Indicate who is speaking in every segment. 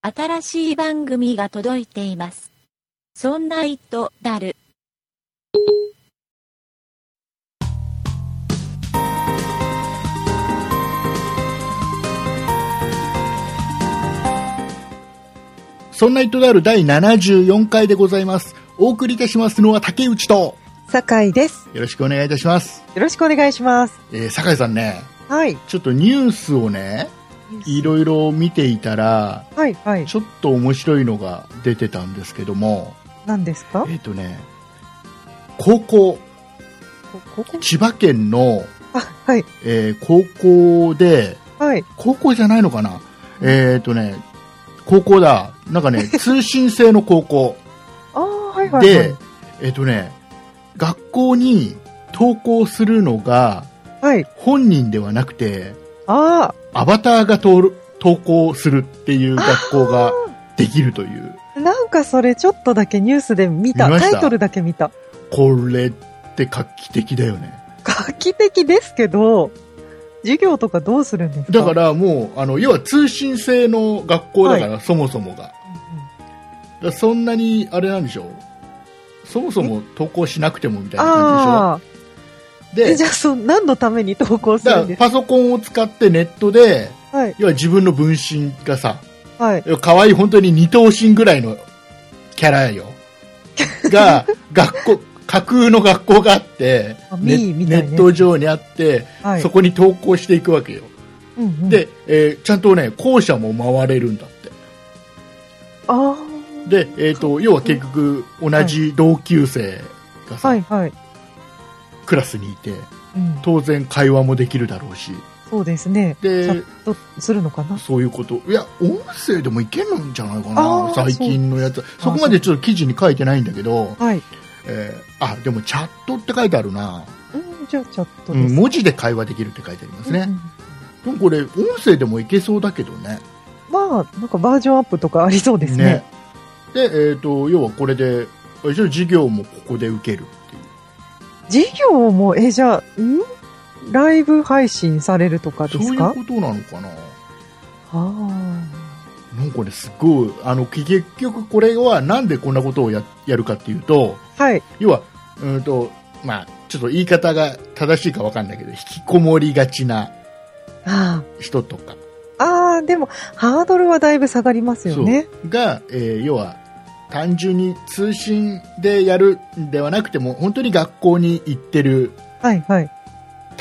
Speaker 1: 新しい番組が届いています。そんな糸だる。
Speaker 2: そんな糸である第74回でございます。お送りいたしますのは竹内と、
Speaker 3: 酒井です。
Speaker 2: よろしくお願いいたします。
Speaker 3: よろしくお願いします。
Speaker 2: えー、酒井さんね、
Speaker 3: はい。
Speaker 2: ちょっとニュースをね、いろいろ見ていたら、
Speaker 3: はい、はい。
Speaker 2: ちょっと面白いのが出てたんですけども、
Speaker 3: 何ですか
Speaker 2: えっ、とね、高校、
Speaker 3: ここ
Speaker 2: 千葉県の、
Speaker 3: あ、はい、
Speaker 2: えー高校で、
Speaker 3: はい。
Speaker 2: 高校じゃないのかなえっ、とね、高校だ。なんかね、通信制の高校。
Speaker 3: ああ、はい、はい。
Speaker 2: で、えっとね、学校に投稿するのが
Speaker 3: はい、はい。
Speaker 2: 本人ではなくて、
Speaker 3: あ
Speaker 2: アバターが投る投稿するっていう学校ができるという。
Speaker 3: あ、なんかそれちょっとだけニュースで見た。
Speaker 2: 見まし
Speaker 3: タ
Speaker 2: た
Speaker 3: イトルだけ見た。
Speaker 2: これって画期的だよね。
Speaker 3: 画期的ですけど、授業とかどうするんですか
Speaker 2: だか、らもう、あの、要は通信制の学校だから、そもそもが。だからそんなに、あれなんでしょう。そもそも投稿しなくてもみたいな感
Speaker 3: ああ
Speaker 2: じ
Speaker 3: ー。え
Speaker 2: でし
Speaker 3: じ
Speaker 2: ょ。
Speaker 3: ゃあ、そう、何のために投稿
Speaker 2: で、
Speaker 3: す
Speaker 2: だ
Speaker 3: る
Speaker 2: から
Speaker 3: んですか
Speaker 2: パソコンを使ってネットで、
Speaker 3: はい、
Speaker 2: 要は自分の分身がさ、
Speaker 3: はい。
Speaker 2: 可愛い本当に二頭身ぐらいのキャラ よ。が、学校、架空の学校があって、
Speaker 3: あ
Speaker 2: ネ
Speaker 3: ミーみた
Speaker 2: ネ
Speaker 3: い
Speaker 2: ッ
Speaker 3: ね
Speaker 2: ト上にあって、
Speaker 3: はい
Speaker 2: そ。こに投稿していくわけよ。
Speaker 3: うんうん、
Speaker 2: で、えーちゃんとね、校舎も回れるんだって。
Speaker 3: あ
Speaker 2: で、えっ、と、要は結局、同じ同級生が
Speaker 3: あ、
Speaker 2: さ、
Speaker 3: はい、はい。
Speaker 2: クラスにいて、
Speaker 3: うん、
Speaker 2: 当然会話もできるだろうし、
Speaker 3: そうですね。チャ
Speaker 2: で
Speaker 3: ッ、トするのかな
Speaker 2: そういうこと。いや、音声でもいけるんじゃないか
Speaker 3: あ
Speaker 2: な、
Speaker 3: ー
Speaker 2: 最近のやつ。そこまでちょっと記事に書いてないんだけど、
Speaker 3: はい。
Speaker 2: えーあ、でもチャットって書いてあるな。
Speaker 3: うん、じゃあチャット
Speaker 2: う
Speaker 3: です。
Speaker 2: ん、文字で会話できるって書いてあります
Speaker 3: うんう
Speaker 2: ね。
Speaker 3: ん
Speaker 2: でもこれ、音声でもいけそうだけどね。
Speaker 3: まあ、なんかバージョンアップとかありそうですね。
Speaker 2: で、えっ、と、要はこれで、あ一応授業もここで受けるっていう。
Speaker 3: 授業も、え、じゃあ、んライブ配信されるとかで
Speaker 2: そうい
Speaker 3: す
Speaker 2: う
Speaker 3: か
Speaker 2: ことなのかな
Speaker 3: あ
Speaker 2: なんかね、すごい、あの、き結局これはなんでこんなことをややるかっていうと、
Speaker 3: あ。はい。
Speaker 2: 要は、うーんと、まあ、ちょっと言い方が正しいかわかんないけど、引きこもりがちな
Speaker 3: あ
Speaker 2: 人とか
Speaker 3: あ、ああでも、ハードルはだいぶ下がりますよね。
Speaker 2: が、えー要は単純に通信でやるんではなくても本当に学校に行ってる
Speaker 3: はい、はい。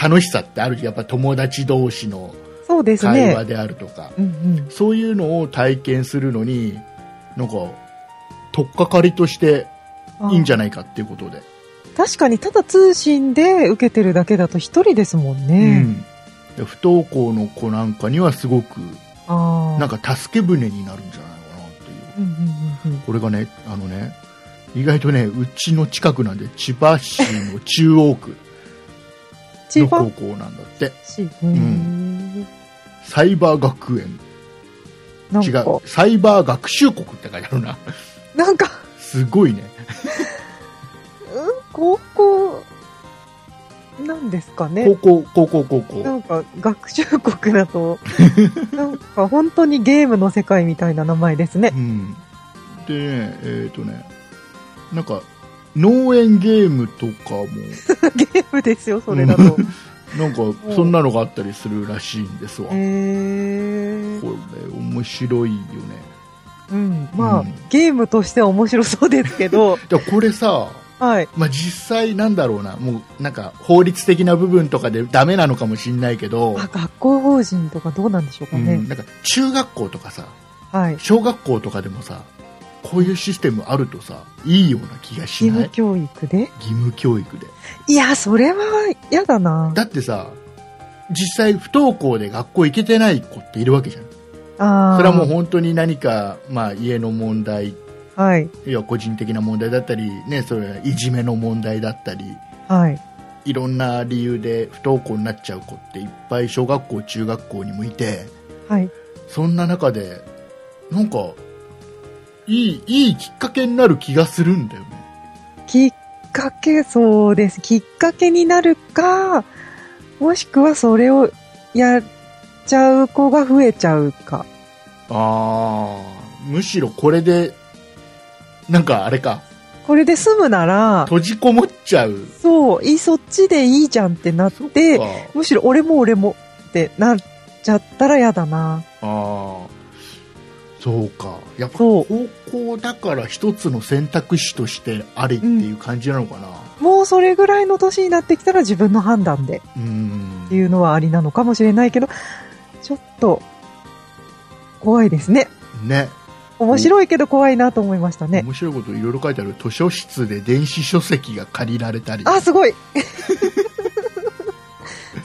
Speaker 2: 楽しさってあるやっぱ友達同士の
Speaker 3: そうです
Speaker 2: 会話
Speaker 3: ね。
Speaker 2: であるとか、
Speaker 3: うんうん。
Speaker 2: そういうのを体験するのになんか取っかかりとして
Speaker 3: あー
Speaker 2: いいんじゃないかっていうことで、
Speaker 3: 確かに、ただ通信で受けてるだけだと一人ですもん
Speaker 2: う
Speaker 3: ね。
Speaker 2: んで不登校の子なんかにはすごく
Speaker 3: ああ。
Speaker 2: なんか助け舟になるんじゃないかなっていう
Speaker 3: うんうんうんうん。
Speaker 2: これがね、あのね、意外とね、うちの近くなんで、千葉市の中央区
Speaker 3: 千
Speaker 2: の高
Speaker 3: 葉
Speaker 2: 校なんだって。
Speaker 3: 市。うん。
Speaker 2: サイバー学園。
Speaker 3: なん
Speaker 2: 違
Speaker 3: か、
Speaker 2: う。サイバー学習国って書いてあるな。
Speaker 3: なんか、
Speaker 2: すごいね。
Speaker 3: うん、高校、なんですかね。
Speaker 2: 高校、高校、高
Speaker 3: な
Speaker 2: 校。
Speaker 3: んか、学習国 だと、なんか本当にゲームの世界みたいな名前です ね
Speaker 2: う。ん。でね、えっ、とね、なんか、農園ゲームとか も、
Speaker 3: ゲームですよ、それだと。
Speaker 2: なんか、そんなのがあったりするらしいんですわ。
Speaker 3: へ
Speaker 2: こ
Speaker 3: ー。
Speaker 2: れ、面白いよね。
Speaker 3: うん。まあ、
Speaker 2: うん
Speaker 3: ゲームとしては面白そうです けど、
Speaker 2: だからこれさ、
Speaker 3: はい。
Speaker 2: まあ、実際なんだろうな、もうなんか法律的な部分とかでダメなのかもしれないけど、
Speaker 3: あ、学校法人とかどうなんでしょう
Speaker 2: う
Speaker 3: かね。
Speaker 2: ん、なんか中学校とかさ、
Speaker 3: はい。
Speaker 2: 小学校とかでもさ、こういうシステムあるとさ、いいような気がし
Speaker 3: 義
Speaker 2: ない
Speaker 3: 務教育で
Speaker 2: 義務教育で。
Speaker 3: いや、それは嫌だな。
Speaker 2: だってさ、実際不登校で学校行けてない子っているわけじゃん。
Speaker 3: ああ。
Speaker 2: それはもう本当に何か、まあ家の問題、
Speaker 3: はい。
Speaker 2: 要は個人的な問題だったり、ね、それはいじめの問題だったり、
Speaker 3: はい。
Speaker 2: いろんな理由で不登校になっちゃう子っていっぱい小学校中学校にもいて
Speaker 3: はい。
Speaker 2: そんな中でなんかいいいいきっかけになる気がするんだよね
Speaker 3: きっかけ、そうです。きっかけになるか、もしくはそれをやっちゃう子が増えちゃうか。
Speaker 2: ああむしろこれで、なんかあれか、
Speaker 3: これで済むなら、
Speaker 2: 閉じこもっちゃう。
Speaker 3: そう、いい、そっちでいいじゃんってなっ
Speaker 2: そっか。
Speaker 3: て、むしろ俺も俺もってなっちゃったらやだな。
Speaker 2: ああ。そうか。やっぱ
Speaker 3: そ
Speaker 2: 高
Speaker 3: う
Speaker 2: 校だから一つの選択肢としてありっていう感じなのかな。
Speaker 3: もうそれぐらいの年になってきたら自分の判断で
Speaker 2: うーん。
Speaker 3: っていうのはありなのかもしれないけど、ちょっと、怖いですね。
Speaker 2: ね。
Speaker 3: 面白いけど怖いなと思いましたね。
Speaker 2: 面白いこといろいろ書いてある。図書室で電子書籍が借りられたり。
Speaker 3: あ、すごい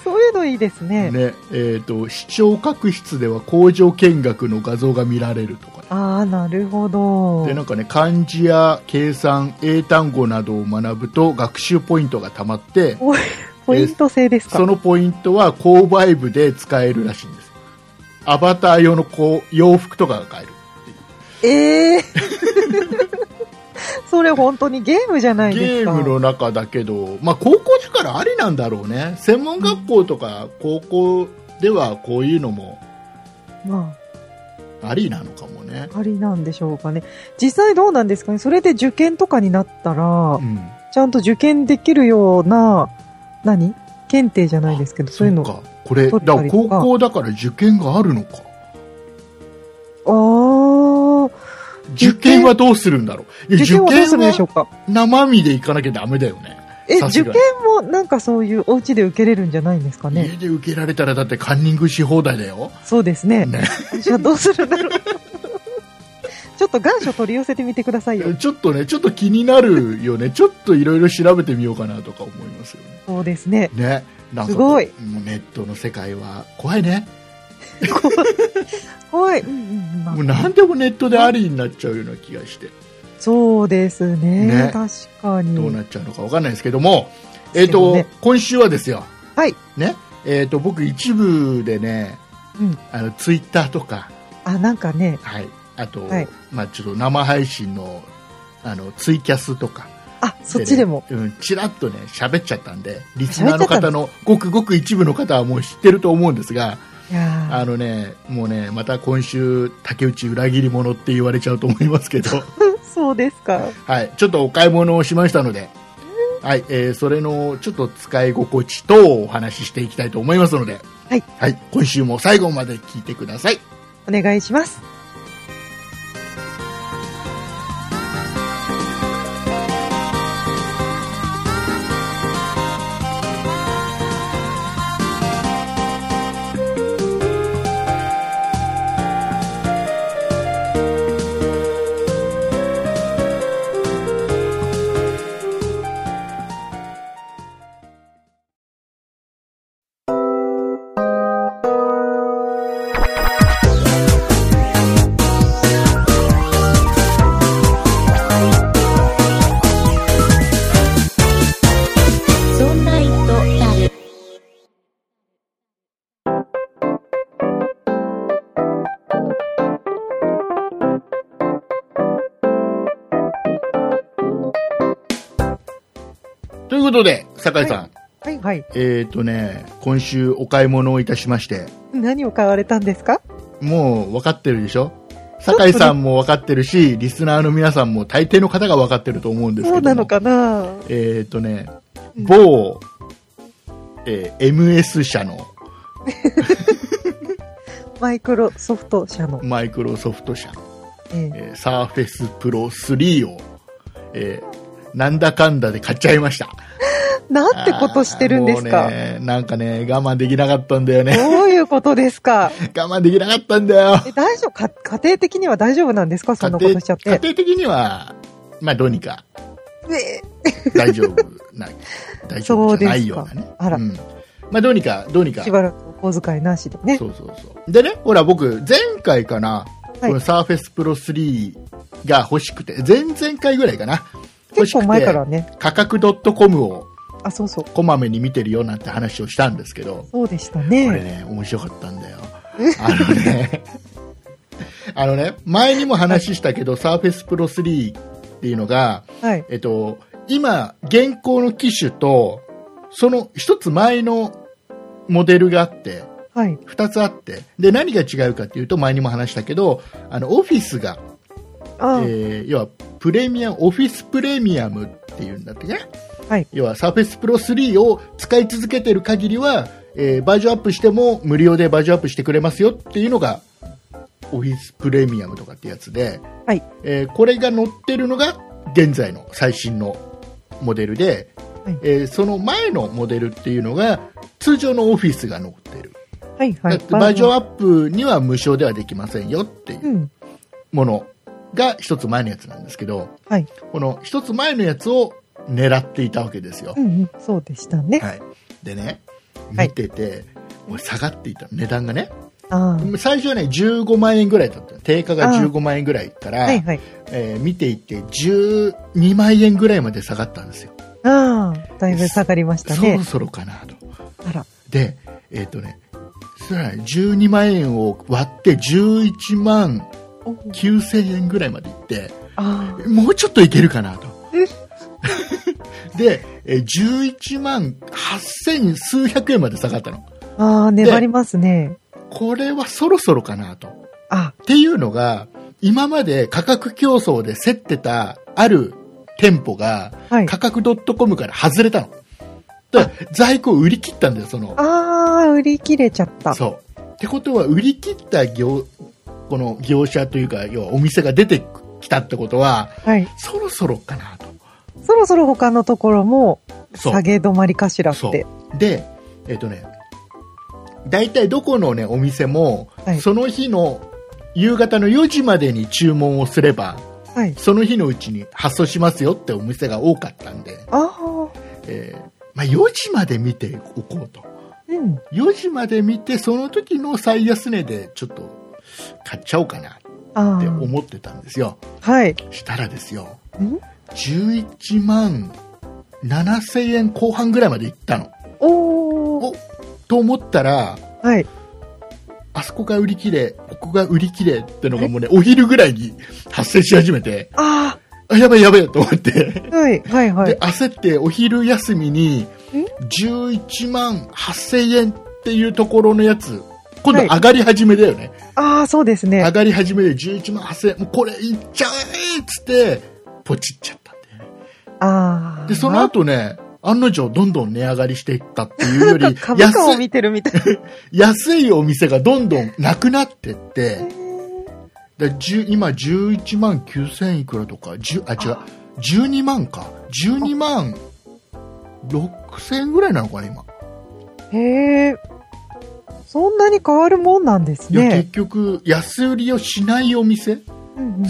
Speaker 3: そういうのいいですね。
Speaker 2: ね。えっ、と、視聴覚室では工場見学の画像が見られるとか。
Speaker 3: ああ、なるほど。
Speaker 2: で、なんかね、漢字や計算、英単語などを学ぶと学習ポイントがたまって、
Speaker 3: おいポイント制ですか
Speaker 2: そのポイントは購買部で使えるらしいんです。アバター用のこう洋服とかが買える。
Speaker 3: ええ それ本当にゲームじゃないで
Speaker 2: ゲ
Speaker 3: す
Speaker 2: ー
Speaker 3: か。
Speaker 2: ムの中だけど、まあ、高校だからありなんだろうね。専門学校とか高校ではこういうのも
Speaker 3: ま
Speaker 2: ありなのかもね。
Speaker 3: あ、ありなんでしょうかね。実際どうなんですかね。それで受験とかになったら
Speaker 2: う、ん。
Speaker 3: ちゃんと受験できるような、何検定じゃないですけど、そういうの。
Speaker 2: そ
Speaker 3: あ
Speaker 2: っか。これ、だ
Speaker 3: 取った
Speaker 2: から
Speaker 3: りとか
Speaker 2: 高校だから受験があるのか。
Speaker 3: あー、
Speaker 2: 受験はどうするんだろう。いや
Speaker 3: 受験はどうするんでしょ
Speaker 2: 受
Speaker 3: うか。
Speaker 2: 験は生身で行かなきゃダメだよね。
Speaker 3: え、
Speaker 2: さす
Speaker 3: 受
Speaker 2: が
Speaker 3: 験
Speaker 2: に
Speaker 3: もなんかそういうお家で受けれるんじゃないんですかね。
Speaker 2: 家で受けられたらだってカンニングし放題だよ。
Speaker 3: そうですね。
Speaker 2: ね
Speaker 3: じゃあどうするんだろう。 ちょっと願書取り寄せてみてくださいよ。
Speaker 2: ちょっとね、ちょっと気になるよね。ちょっといろいろ調べてみようかなとか思いますよね。
Speaker 3: そうですね。
Speaker 2: ね、なんか
Speaker 3: すごい
Speaker 2: もうネットの世界は怖いね、
Speaker 3: 怖い。うんうんうんまあ
Speaker 2: もう何でもネットでありになっちゃうような気がして、
Speaker 3: そうですね。
Speaker 2: ね
Speaker 3: 確かに。
Speaker 2: どうなっちゃうのか分かんないですけども、えっ
Speaker 3: そう
Speaker 2: と
Speaker 3: ね
Speaker 2: 今週はですよ、
Speaker 3: はい。
Speaker 2: ねえっと僕、一部でね、
Speaker 3: うん
Speaker 2: あのツイッターとか、
Speaker 3: あ、なんかね。
Speaker 2: はい、あと、
Speaker 3: はい
Speaker 2: まあ、ちょっと生配信のあのツイキャスとか。
Speaker 3: あ、そっちでも。
Speaker 2: ね、うん、ちらっとね、喋っちゃったんで、リスナーの方の、ごくごく一部の方はもう知ってると思うんですが、
Speaker 3: いや
Speaker 2: あのね、もうね、また今週、竹内裏切り者って言われちゃうと思いますけ ど、
Speaker 3: ー そうですか。
Speaker 2: はい、ちょっとお買い物をしましたので、はい、えーそれのちょっと使い心地とお話ししていきたいと思いますので、
Speaker 3: はい。
Speaker 2: はい、今週も最後まで聞いてください。
Speaker 3: お願いします。
Speaker 1: そんな糸だる。
Speaker 2: ということで、酒井さん、
Speaker 3: はいはい。
Speaker 2: えっ、とね、今週お買い物をいたしまして、
Speaker 3: 何を買われたんですか
Speaker 2: もう分かってるでしょ酒井さんも分かってるし、リスナーの皆さんも大抵の方が分かってると思うんですけど
Speaker 3: そ
Speaker 2: も
Speaker 3: うなのかな
Speaker 2: えっ、とね、
Speaker 3: うん
Speaker 2: 某、えー MS 社の
Speaker 3: マイクロソフト社の。
Speaker 2: マイクロソフト社、
Speaker 3: え
Speaker 2: え
Speaker 3: え
Speaker 2: ー、Surface Pro 3を、えーなんだかんだで買っちゃいました。
Speaker 3: なんてことしてるんです
Speaker 2: あ
Speaker 3: か、
Speaker 2: ーもうね、なんかね、我慢できなかったんだよね。
Speaker 3: どういうことですか
Speaker 2: 我慢できなかったんだよ。
Speaker 3: え大丈夫か家庭的には大丈夫なんですかそ
Speaker 2: 家
Speaker 3: んな
Speaker 2: 庭
Speaker 3: ことしちゃっ
Speaker 2: 家庭
Speaker 3: て。
Speaker 2: 的には、まあどうにか
Speaker 3: え
Speaker 2: 大丈夫な、大丈夫じゃないような
Speaker 3: そうで
Speaker 2: ね
Speaker 3: す。かあら
Speaker 2: うんまあどうにか、どうにか
Speaker 3: えし。ばらくお小遣いなしでね。
Speaker 2: そうそうそう。でね、ほら僕、前回かな、
Speaker 3: はい
Speaker 2: このサーフェスプロ3が欲しくて、前々回ぐらいかな。欲
Speaker 3: 結
Speaker 2: しく
Speaker 3: 構
Speaker 2: て
Speaker 3: 前からね。
Speaker 2: 価格 .com を
Speaker 3: あ、そうそう。
Speaker 2: こまめに見てるよなんて話をしたんですけど、
Speaker 3: そうでした
Speaker 2: これ
Speaker 3: ね。
Speaker 2: ね、面白かったんだよ。あのね、あのね、前にも話したけど、サーフェスプロ3っていうのが、
Speaker 3: はい。
Speaker 2: えっと、今、現行の機種と、その一つ前のモデルがあって、
Speaker 3: はい。
Speaker 2: 2つあってで何が違うかっていうと前にも話したけどあのオフィスが、
Speaker 3: あ
Speaker 2: え
Speaker 3: ー
Speaker 2: ー要はプレミアムオフィスプレミアムっていうんだってね、
Speaker 3: はい
Speaker 2: 要は Surface Pro 3を使い続けてる限りは、えーバージョンアップしても無料でバージョンアップしてくれますよっていうのがオフィスプレミアムとかってやつで、
Speaker 3: はい
Speaker 2: えーこれが載ってるのが現在の最新のモデルで、
Speaker 3: はい
Speaker 2: えーその前のモデルっていうのが通常のオフィスが載ってる
Speaker 3: はいは
Speaker 2: だ
Speaker 3: い
Speaker 2: って。バージョンア
Speaker 3: アッ
Speaker 2: ップには無償ではできませんよってい
Speaker 3: プ。う。
Speaker 2: うんものが一つ前のやつなんですけど、
Speaker 3: はい
Speaker 2: この一つ前のやつを狙っていたわけですよ
Speaker 3: う。んうん。そうでしたね。
Speaker 2: はい、でね、
Speaker 3: はい
Speaker 2: 見てて、俺下がっていたの値段がね、
Speaker 3: あー
Speaker 2: 最初はね、15万円ぐらいだったの定価が
Speaker 3: あー
Speaker 2: 15万円ぐらいから、
Speaker 3: はいはい。
Speaker 2: えー見ていって12万円ぐらいまで下がったんですよ。
Speaker 3: ああ、だいぶ下がりました
Speaker 2: そろ
Speaker 3: ね。
Speaker 2: そろかなと。
Speaker 3: あら。
Speaker 2: で、えっ、とね、そしたらね12万円を割って11万
Speaker 3: お
Speaker 2: 9000円ぐらいまでいって
Speaker 3: あ
Speaker 2: もうちょっといけるかなと
Speaker 3: え
Speaker 2: でえ11万8000数百円まで下がったの
Speaker 3: ーあー、粘りますね。
Speaker 2: これはそろそろかなとっ
Speaker 3: あ、
Speaker 2: ていうのが今まで価格競争で競ってたある店舗が
Speaker 3: はい。
Speaker 2: 価格 .com から外れたのだから在庫を売り切ったんだよその
Speaker 3: ああ、売り切れちゃった。
Speaker 2: そうってことは売り切った業この業者というか要はお店が出てきたってことは
Speaker 3: はい。
Speaker 2: そろそろかなと
Speaker 3: そろそろ他のところも
Speaker 2: そう
Speaker 3: 下げ止まりかしらって。
Speaker 2: でえっ、とね大体どこのねお店も、
Speaker 3: はい
Speaker 2: その日の夕方の4時までに注文をすれば
Speaker 3: はい。
Speaker 2: その日のうちに発送しますよってお店が多かったんで、
Speaker 3: あ
Speaker 2: えーまあ、4時まで見ておこうと
Speaker 3: あ、うん。
Speaker 2: 4時まで見てその時の最安値でちょっと買っちゃおうかな
Speaker 3: あ
Speaker 2: って
Speaker 3: あ、
Speaker 2: 思ってたんですよ
Speaker 3: はい。
Speaker 2: したらですよ
Speaker 3: ん
Speaker 2: 11万7000円後半ぐらいまでいったの
Speaker 3: おお、
Speaker 2: と思ったら
Speaker 3: はい。
Speaker 2: あそこが売り切れ、ここが売り切れってのがもうね、お昼ぐらいに発生し始めて、
Speaker 3: あ
Speaker 2: あ、やばいやばいと思って、
Speaker 3: あ、はい、はい、は
Speaker 2: で、
Speaker 3: い。
Speaker 2: 焦ってお昼休みに、11万8000円っていうところのやつ、今度
Speaker 3: はい
Speaker 2: 上がり始めだよね。
Speaker 3: ああ、そうです
Speaker 2: 上
Speaker 3: ね。
Speaker 2: がり始めで11万8000円、もうこれいっちゃえっつって、ポチっちゃったんだよね。
Speaker 3: ああ。、
Speaker 2: で、その後ね、案の定どんどん値上がりしていったっていうより
Speaker 3: 株価を
Speaker 2: 安い
Speaker 3: 見てるみたいな。
Speaker 2: 安いお店がどんどんなくなってって、で10今11万9000いくらとか10あ違う12万か12万6000ぐらいなのかな今、
Speaker 3: へえ。そんなに変わるもんなんです
Speaker 2: いや
Speaker 3: ね
Speaker 2: 結。局安売りをしないお店、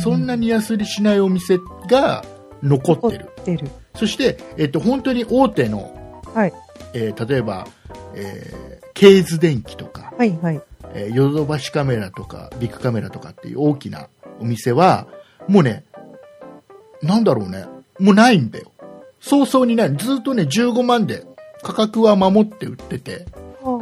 Speaker 2: そんな
Speaker 3: に
Speaker 2: に安売りしないお店が残ってる
Speaker 3: 出る。
Speaker 2: そして、えっと、本当に大手の、
Speaker 3: はい
Speaker 2: えー例えば、えー、ケーズ電機とか
Speaker 3: はい、はい。
Speaker 2: えーヨドバシカメラとかビッグカメラとかっていう大きなお店はもうねなんだろうねもうないんだよ早々にないずっとね15万で価格は守って売ってて
Speaker 3: は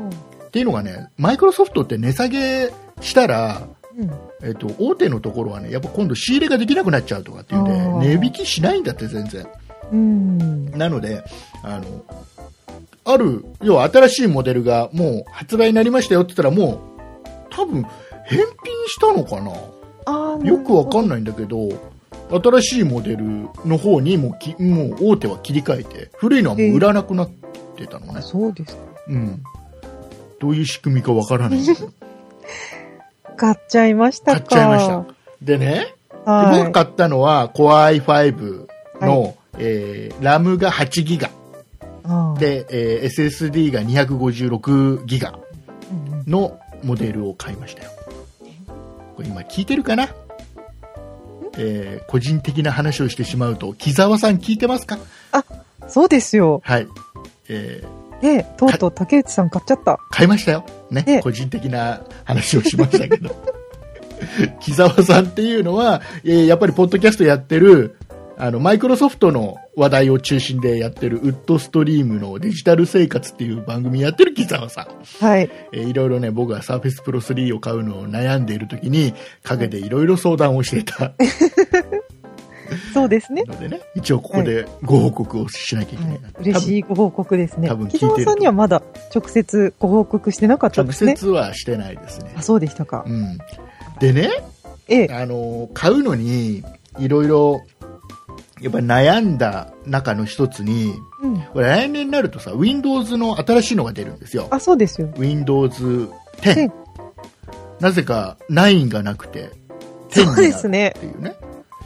Speaker 2: っていうのがねマイクロソフトって値下げしたら、
Speaker 3: あうん。
Speaker 2: えっと大手のところはねやっぱ今度仕入れができなくなっちゃうとかっていうんで
Speaker 3: あー
Speaker 2: 値引きしないんだって全然
Speaker 3: うん。
Speaker 2: なので、あの、ある、要は新しいモデルがもう発売になりましたよって言ったらもう、多分、返品したのかな
Speaker 3: ああ、
Speaker 2: よくわかん
Speaker 3: い。
Speaker 2: ないんだけど、新しいモデルの方にもうき、もう大手は切り替えて、古いのはもう売らなくなってたのね。
Speaker 3: そうですか。
Speaker 2: うん。どういう仕組みかわからないんだけど。
Speaker 3: 買っちゃいました
Speaker 2: 買
Speaker 3: か。
Speaker 2: っちゃいました。でね、
Speaker 3: はい。
Speaker 2: 僕買ったのは Core i5 の、えー、ラムが8ギガ。
Speaker 3: ああ、
Speaker 2: で、えー SSD が256ギガ
Speaker 3: うんうん
Speaker 2: のモデルを買いましたよ。これ今聞いてるかなえー個人的な話をしてしまうと、木澤さん聞いてますか
Speaker 3: そうですよ。
Speaker 2: はい。えー
Speaker 3: で、とうとう竹内さん買っちゃった。
Speaker 2: 買いましたよ。ね
Speaker 3: ね。
Speaker 2: 個人的な話をしましたけど。 木澤さんっていうのは、えーやっぱりポッドキャストやってる、あの、マイクロソフトの話題を中心でやってるウッドストリームのデジタル生活っていう番組やってる木澤さん。
Speaker 3: はい。
Speaker 2: えーいろいろね、僕が Surface Pro 3を買うのを悩んでいる時に、陰でいろいろ相談をしてた。
Speaker 3: そうですね。
Speaker 2: のでね、一応ここでご報告をし なきゃいけ
Speaker 3: は
Speaker 2: ないいな、、
Speaker 3: 嬉しいご報告ですね
Speaker 2: 多分。聞い
Speaker 3: 木
Speaker 2: てる
Speaker 3: 沢さんにはまだ直接ご報告してなかった
Speaker 2: 多
Speaker 3: ん
Speaker 2: 分直
Speaker 3: ですね。
Speaker 2: 接はしてないですね
Speaker 3: あ、。そうでしたか
Speaker 2: う。ん、でね、
Speaker 3: ええ、
Speaker 2: あの買うのにいろいろやっぱり悩んだ中の一つに
Speaker 3: うん。
Speaker 2: これ来年になるとさ Windows の新しいのが出るんですよ
Speaker 3: あ、そうですよ。
Speaker 2: Windows10、
Speaker 3: 10
Speaker 2: なぜか9がなくて
Speaker 3: そ
Speaker 2: 10
Speaker 3: うで
Speaker 2: にな
Speaker 3: す
Speaker 2: る
Speaker 3: ね
Speaker 2: っ。ていうね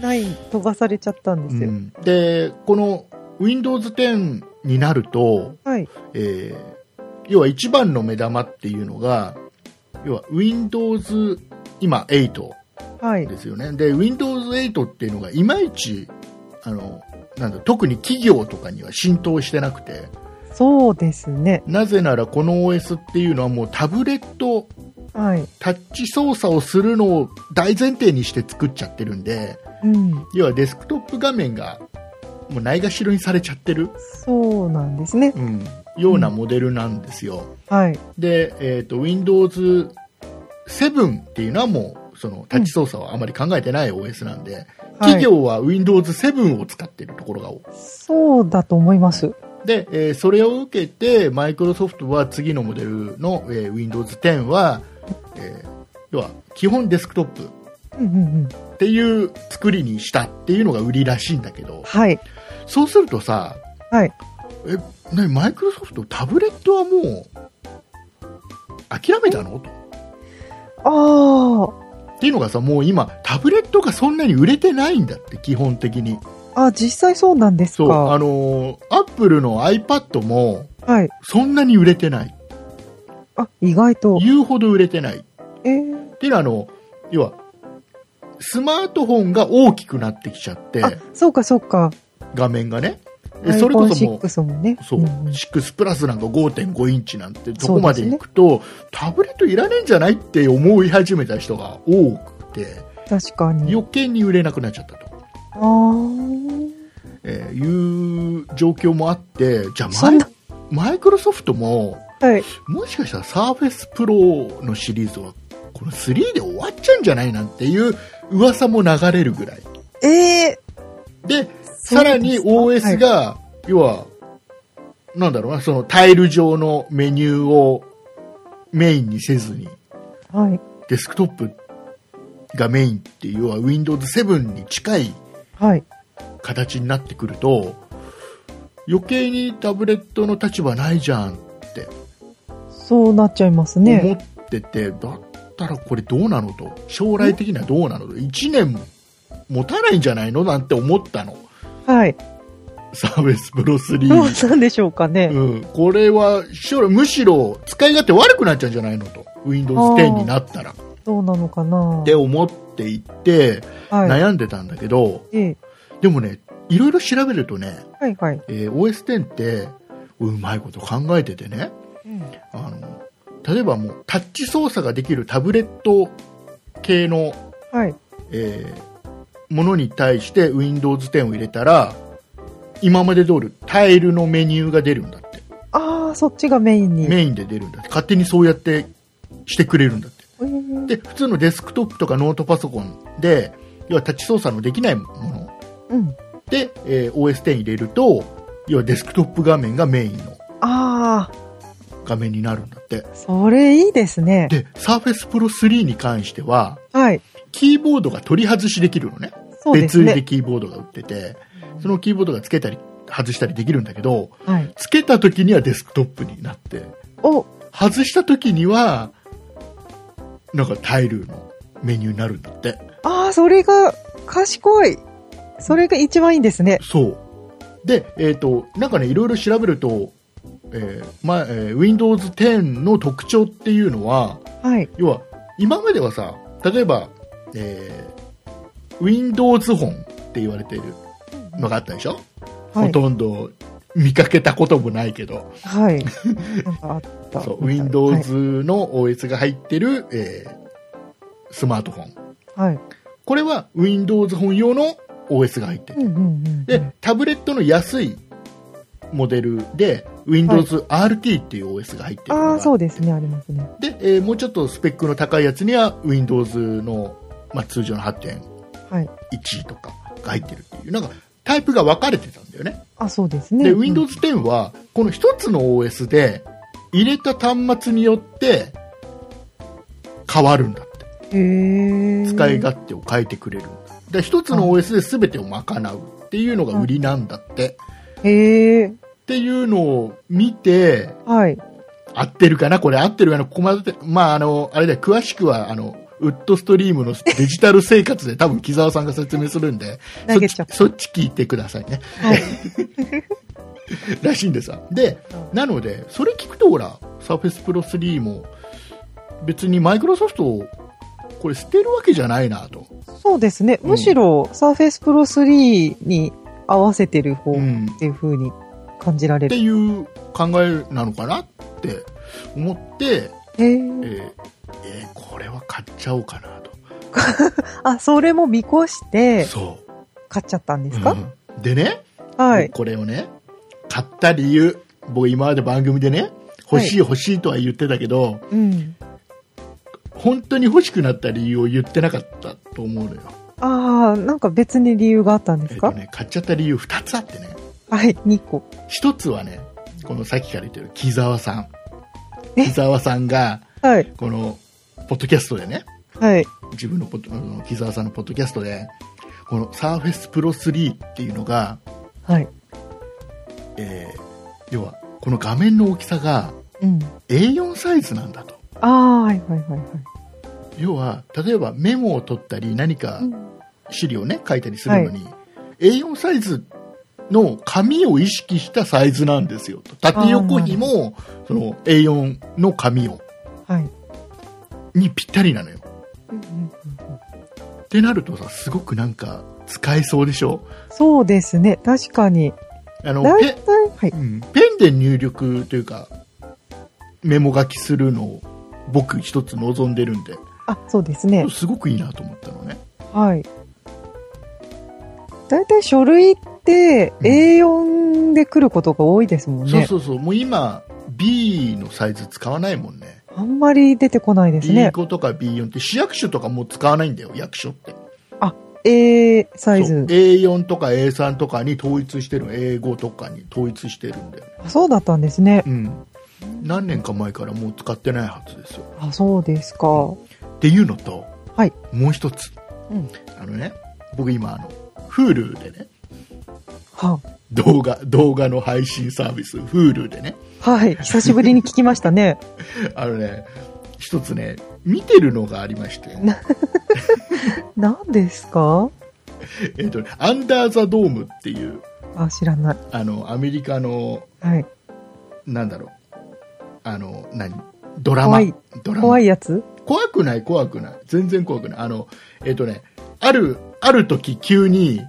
Speaker 3: ない飛ばされちゃったんですよ。
Speaker 2: うんでこの Windows 10になると、
Speaker 3: はい。
Speaker 2: えー要は一番の目玉っていうのが要は Windows 今8
Speaker 3: はい。
Speaker 2: ですよね。で、Windows 8っていうのがいまいち、あの、なんだ、特に企業とかには浸透してなくて、
Speaker 3: そうですね。
Speaker 2: なぜならこの OS っていうのはもうタブレット、
Speaker 3: はい。
Speaker 2: タッチ操作をするのを大前提にして作っちゃってるんで、
Speaker 3: うん。
Speaker 2: 要はデスクトップ画面がもうないがしろにされちゃってる、
Speaker 3: そうなんですね。
Speaker 2: うん、ようなモデルなんですよ。
Speaker 3: はい。
Speaker 2: で、えっ、と、Windows 7っていうのはもう、そのタッチ操作はあまり考えてない OS なんで、
Speaker 3: はい
Speaker 2: 企。業は Windows7 を使っているところが多い。
Speaker 3: そうだと思います。
Speaker 2: で、えーそれを受けて、マイクロソフトは次のモデルの、えー Windows 10は、えー要は基本デスクトップ
Speaker 3: うんうんうん。
Speaker 2: っていう作りにしたっていうのが売りらしいんだけど、
Speaker 3: はい。
Speaker 2: そうするとさ、
Speaker 3: はい。
Speaker 2: え、なにマイクロソフトタブレットはもう諦めたのと
Speaker 3: あー
Speaker 2: っていうのがさ、もう今タブレットがそんなに売れてないんだって、基本的に。
Speaker 3: あ、実際そうなんです
Speaker 2: そう、あ
Speaker 3: か。
Speaker 2: のー、アップルの iPad も
Speaker 3: はい。
Speaker 2: そんなに売れてない。
Speaker 3: あ、意外と。
Speaker 2: 言うほど売れてない。
Speaker 3: えー、
Speaker 2: っていうのはあの要はスマートフォンが大きくなってきちゃって
Speaker 3: あ、そうかそうか。
Speaker 2: 画面がねでそれこそもう
Speaker 3: iPhone6 もね。
Speaker 2: そう、
Speaker 3: んん
Speaker 2: 6プラスなんか5.5インチなんてと
Speaker 3: そ
Speaker 2: こ
Speaker 3: うですね
Speaker 2: までいくと、タブレットいらねえんじゃないって思い始めた人が多くて
Speaker 3: 確かに。
Speaker 2: 余計に売れなくなっちゃったと、
Speaker 3: あー
Speaker 2: えーいう状況もあってじゃあ
Speaker 3: そ
Speaker 2: マ
Speaker 3: ん
Speaker 2: イ
Speaker 3: な
Speaker 2: マイクロソフトも
Speaker 3: はい。
Speaker 2: もしかしたらサーフェスプロのシリーズはこの3で終わっちゃうんじゃないなんていう噂も流れるぐらい
Speaker 3: えー、
Speaker 2: でさらに
Speaker 3: そうです
Speaker 2: OS
Speaker 3: か、
Speaker 2: が、要は、なんだろうな、そのタイル上のメニューをメインにせずに、
Speaker 3: はい。はい。
Speaker 2: デスクトップがメインっていう、要は Windows 7に近い
Speaker 3: はい
Speaker 2: 形になってくると、余計にタブレットの立場ないじゃんって
Speaker 3: そうなっちゃいますね。
Speaker 2: 思ってて、だったらこれどうなのと、将来的にはどうなのと、1年持たないんじゃないのなんて思ったの。
Speaker 3: はい。
Speaker 2: サービスプロ3。
Speaker 3: どうなんでしょうかね。
Speaker 2: うん、これは将来むしろ使い勝手悪くなっちゃうんじゃないのと Windows 10になったらっ
Speaker 3: どうなのかな
Speaker 2: て思っていて
Speaker 3: はい。
Speaker 2: 悩んでたんだけど、
Speaker 3: ええ
Speaker 2: でもねいろいろ調べるとね、
Speaker 3: はいはい。
Speaker 2: えー OS10 ってうまいこと考えててね
Speaker 3: うん
Speaker 2: あの例えばもうタッチ操作ができるタブレット系の、
Speaker 3: はい。
Speaker 2: えーものに対して Windows 10を入れたら今まで通りタイルのメニューが出るんだって
Speaker 3: ああ、そっちがメインに。
Speaker 2: メインで出るんだって勝手にそうやってしてくれるんだって
Speaker 3: えー
Speaker 2: で普通のデスクトップとかノートパソコンで要はタッチ操作のできないもの
Speaker 3: うん。
Speaker 2: で、えー OS10 入れると要はデスクトップ画面がメインの
Speaker 3: ああ、
Speaker 2: 画面になるんだって
Speaker 3: それいいですね。
Speaker 2: で Surface Pro 3に関しては
Speaker 3: はい。
Speaker 2: キーボードが取り外しできるのね
Speaker 3: そうで
Speaker 2: 別
Speaker 3: す
Speaker 2: 売りで
Speaker 3: ね。
Speaker 2: キーボードが売っててそのキーボードがつけたり外したりできるんだけど
Speaker 3: はい。
Speaker 2: つけた時にはデスクトップになって
Speaker 3: お、
Speaker 2: 外した時にはなんかタイルのメニューになるんだって
Speaker 3: ああ、それが賢い。それが一番いいんですね。
Speaker 2: そうでえっ、となんかねいろいろ調べると、えーまあえー Windows 10の特徴っていうのは
Speaker 3: はい。
Speaker 2: 要は今まではさ例えば、えー Windows 本って言われているのがあったでしょ、
Speaker 3: は
Speaker 2: ほ
Speaker 3: い。
Speaker 2: とんど見かけたこともないけど、
Speaker 3: はい。なんかあった。
Speaker 2: そう
Speaker 3: みたいなはい
Speaker 2: Windows の OS が入ってる、えースマートフォン
Speaker 3: はい。
Speaker 2: これは Windows 本用の OS が入ってる
Speaker 3: うんうんうん。
Speaker 2: で、タブレットの安いモデルで、Windows RT っていう OS が入ってるのが
Speaker 3: ああ、そうですね、ありますね。
Speaker 2: で、えーもうちょっとスペックの高いやつには、Windows の、まあ、通常の8.1
Speaker 3: はい。
Speaker 2: とかが入ってるっていいう、なんかタイプが分かれてたんだよね。
Speaker 3: あ、そうですね。
Speaker 2: で、
Speaker 3: うん
Speaker 2: Windows 10は、この一つの OS で、入れた端末によって、変わるんだって。
Speaker 3: へー
Speaker 2: 使い勝手を変えてくれるんだ。で、一つの OS で全てを賄うっていうのが売りなんだって。
Speaker 3: へえ。
Speaker 2: っていうのを見て、
Speaker 3: はい。
Speaker 2: 合ってるかなこれ合ってるかなここまで、まあ、あの、あれだよ、詳しくは、あの、ウッドストリームのデジタル生活で多分木沢さんが説明するんで、
Speaker 3: 投げちゃった
Speaker 2: そっちそっち聞いてくださいね。
Speaker 3: はい。
Speaker 2: らしいんですわで、なので、それ聞くとほら、Surface Pro 3も、別にマイクロソフトを、これ捨てるわけじゃないなと。
Speaker 3: そうですね。
Speaker 2: うん
Speaker 3: むしろ、サーフェイスプロ3に合わせてる方っ
Speaker 2: うん。
Speaker 3: ていう風に感じられ
Speaker 2: って
Speaker 3: る。
Speaker 2: いう考えなのかなって思って、
Speaker 3: へ
Speaker 2: え
Speaker 3: え。
Speaker 2: ーえーこれは買っちゃおうかなと。
Speaker 3: あ、それも見越して
Speaker 2: そ
Speaker 3: 買っちゃったん
Speaker 2: う。
Speaker 3: ですか
Speaker 2: うんでね、
Speaker 3: はい。
Speaker 2: これをね、買った理由、僕今まで番組でね、欲しい欲しいとは言ってたけど、
Speaker 3: うん。
Speaker 2: 本当に欲しくなった理由を言ってなかったと思うのよ。
Speaker 3: ああ、なんか別に理由があったんで
Speaker 2: え
Speaker 3: す
Speaker 2: っと
Speaker 3: か
Speaker 2: ね、買っちゃった理由2つあってね、
Speaker 3: はい、2個。
Speaker 2: 1つはね、このさっきから言ってる木沢さん。
Speaker 3: え
Speaker 2: 木沢さんが、
Speaker 3: はい、
Speaker 2: この、ポッドキャストでね、
Speaker 3: はい。
Speaker 2: 自分のポッドあの木沢さんのポッドキャストで、この Surface Pro 3っていうのが、
Speaker 3: はい。
Speaker 2: えー要は、この画面の大きさが
Speaker 3: うん。
Speaker 2: A4 サイズなんだと。
Speaker 3: ああ、はい、はい、はい、はい。
Speaker 2: 要は、例えばメモを取ったり、何か
Speaker 3: うん
Speaker 2: 資料をね、書いたりするのに、A4 サイズの紙を意識したサイズなんですよと。縦横比も、その A4 の紙を、
Speaker 3: はい。
Speaker 2: にぴったりなのよ。
Speaker 3: うんうんうんうん
Speaker 2: ってなるとさ、すごくなんか、使えそうでしょ
Speaker 3: そうですね、確かに。
Speaker 2: あの、
Speaker 3: だ
Speaker 2: ペ
Speaker 3: いたい、はい。
Speaker 2: うんペンで入力というか、メモ書きするのを僕一つ望んでるんで、
Speaker 3: あ、そうですね。
Speaker 2: すごくいいなと思ったのね。
Speaker 3: はい。だいたい書類って
Speaker 2: うん
Speaker 3: A4 で来ることが多いですもん
Speaker 2: そう
Speaker 3: ね。
Speaker 2: そうそう、もう今、B のサイズ使わないもんね。
Speaker 3: あんまり出てこないですね。
Speaker 2: B5 とか B4 って市役所とかもう使わないんだよ、役所って。
Speaker 3: A サイ
Speaker 2: そう
Speaker 3: ズ。
Speaker 2: A4 とか A3 とかに統一してる、A5 とかに統一してるんだよね。
Speaker 3: あそうだったんですね。
Speaker 2: うん。何年か前からもう使ってないはずですよ。
Speaker 3: あ、そうですか。
Speaker 2: っていうのと、
Speaker 3: はい
Speaker 2: もう一つ。
Speaker 3: うん
Speaker 2: あのね、僕今、あの、Hulu でね、
Speaker 3: は、
Speaker 2: 動画、動画の配信サービス、Hulu でね、
Speaker 3: はい。久しぶりに聞きましたね。
Speaker 2: あのね、一つね、見てるのがありまして、
Speaker 3: 何ですか
Speaker 2: えっとね、アンダーザドームっていう、
Speaker 3: あ、知らない。
Speaker 2: あの、アメリカの、
Speaker 3: はい。
Speaker 2: なんだろう、あの、何ドラマ
Speaker 3: 怖い。
Speaker 2: ドラマ
Speaker 3: 怖いやつ
Speaker 2: 怖くない、怖くない。全然怖くない。あの、えっ、とね、ある、ある時急に、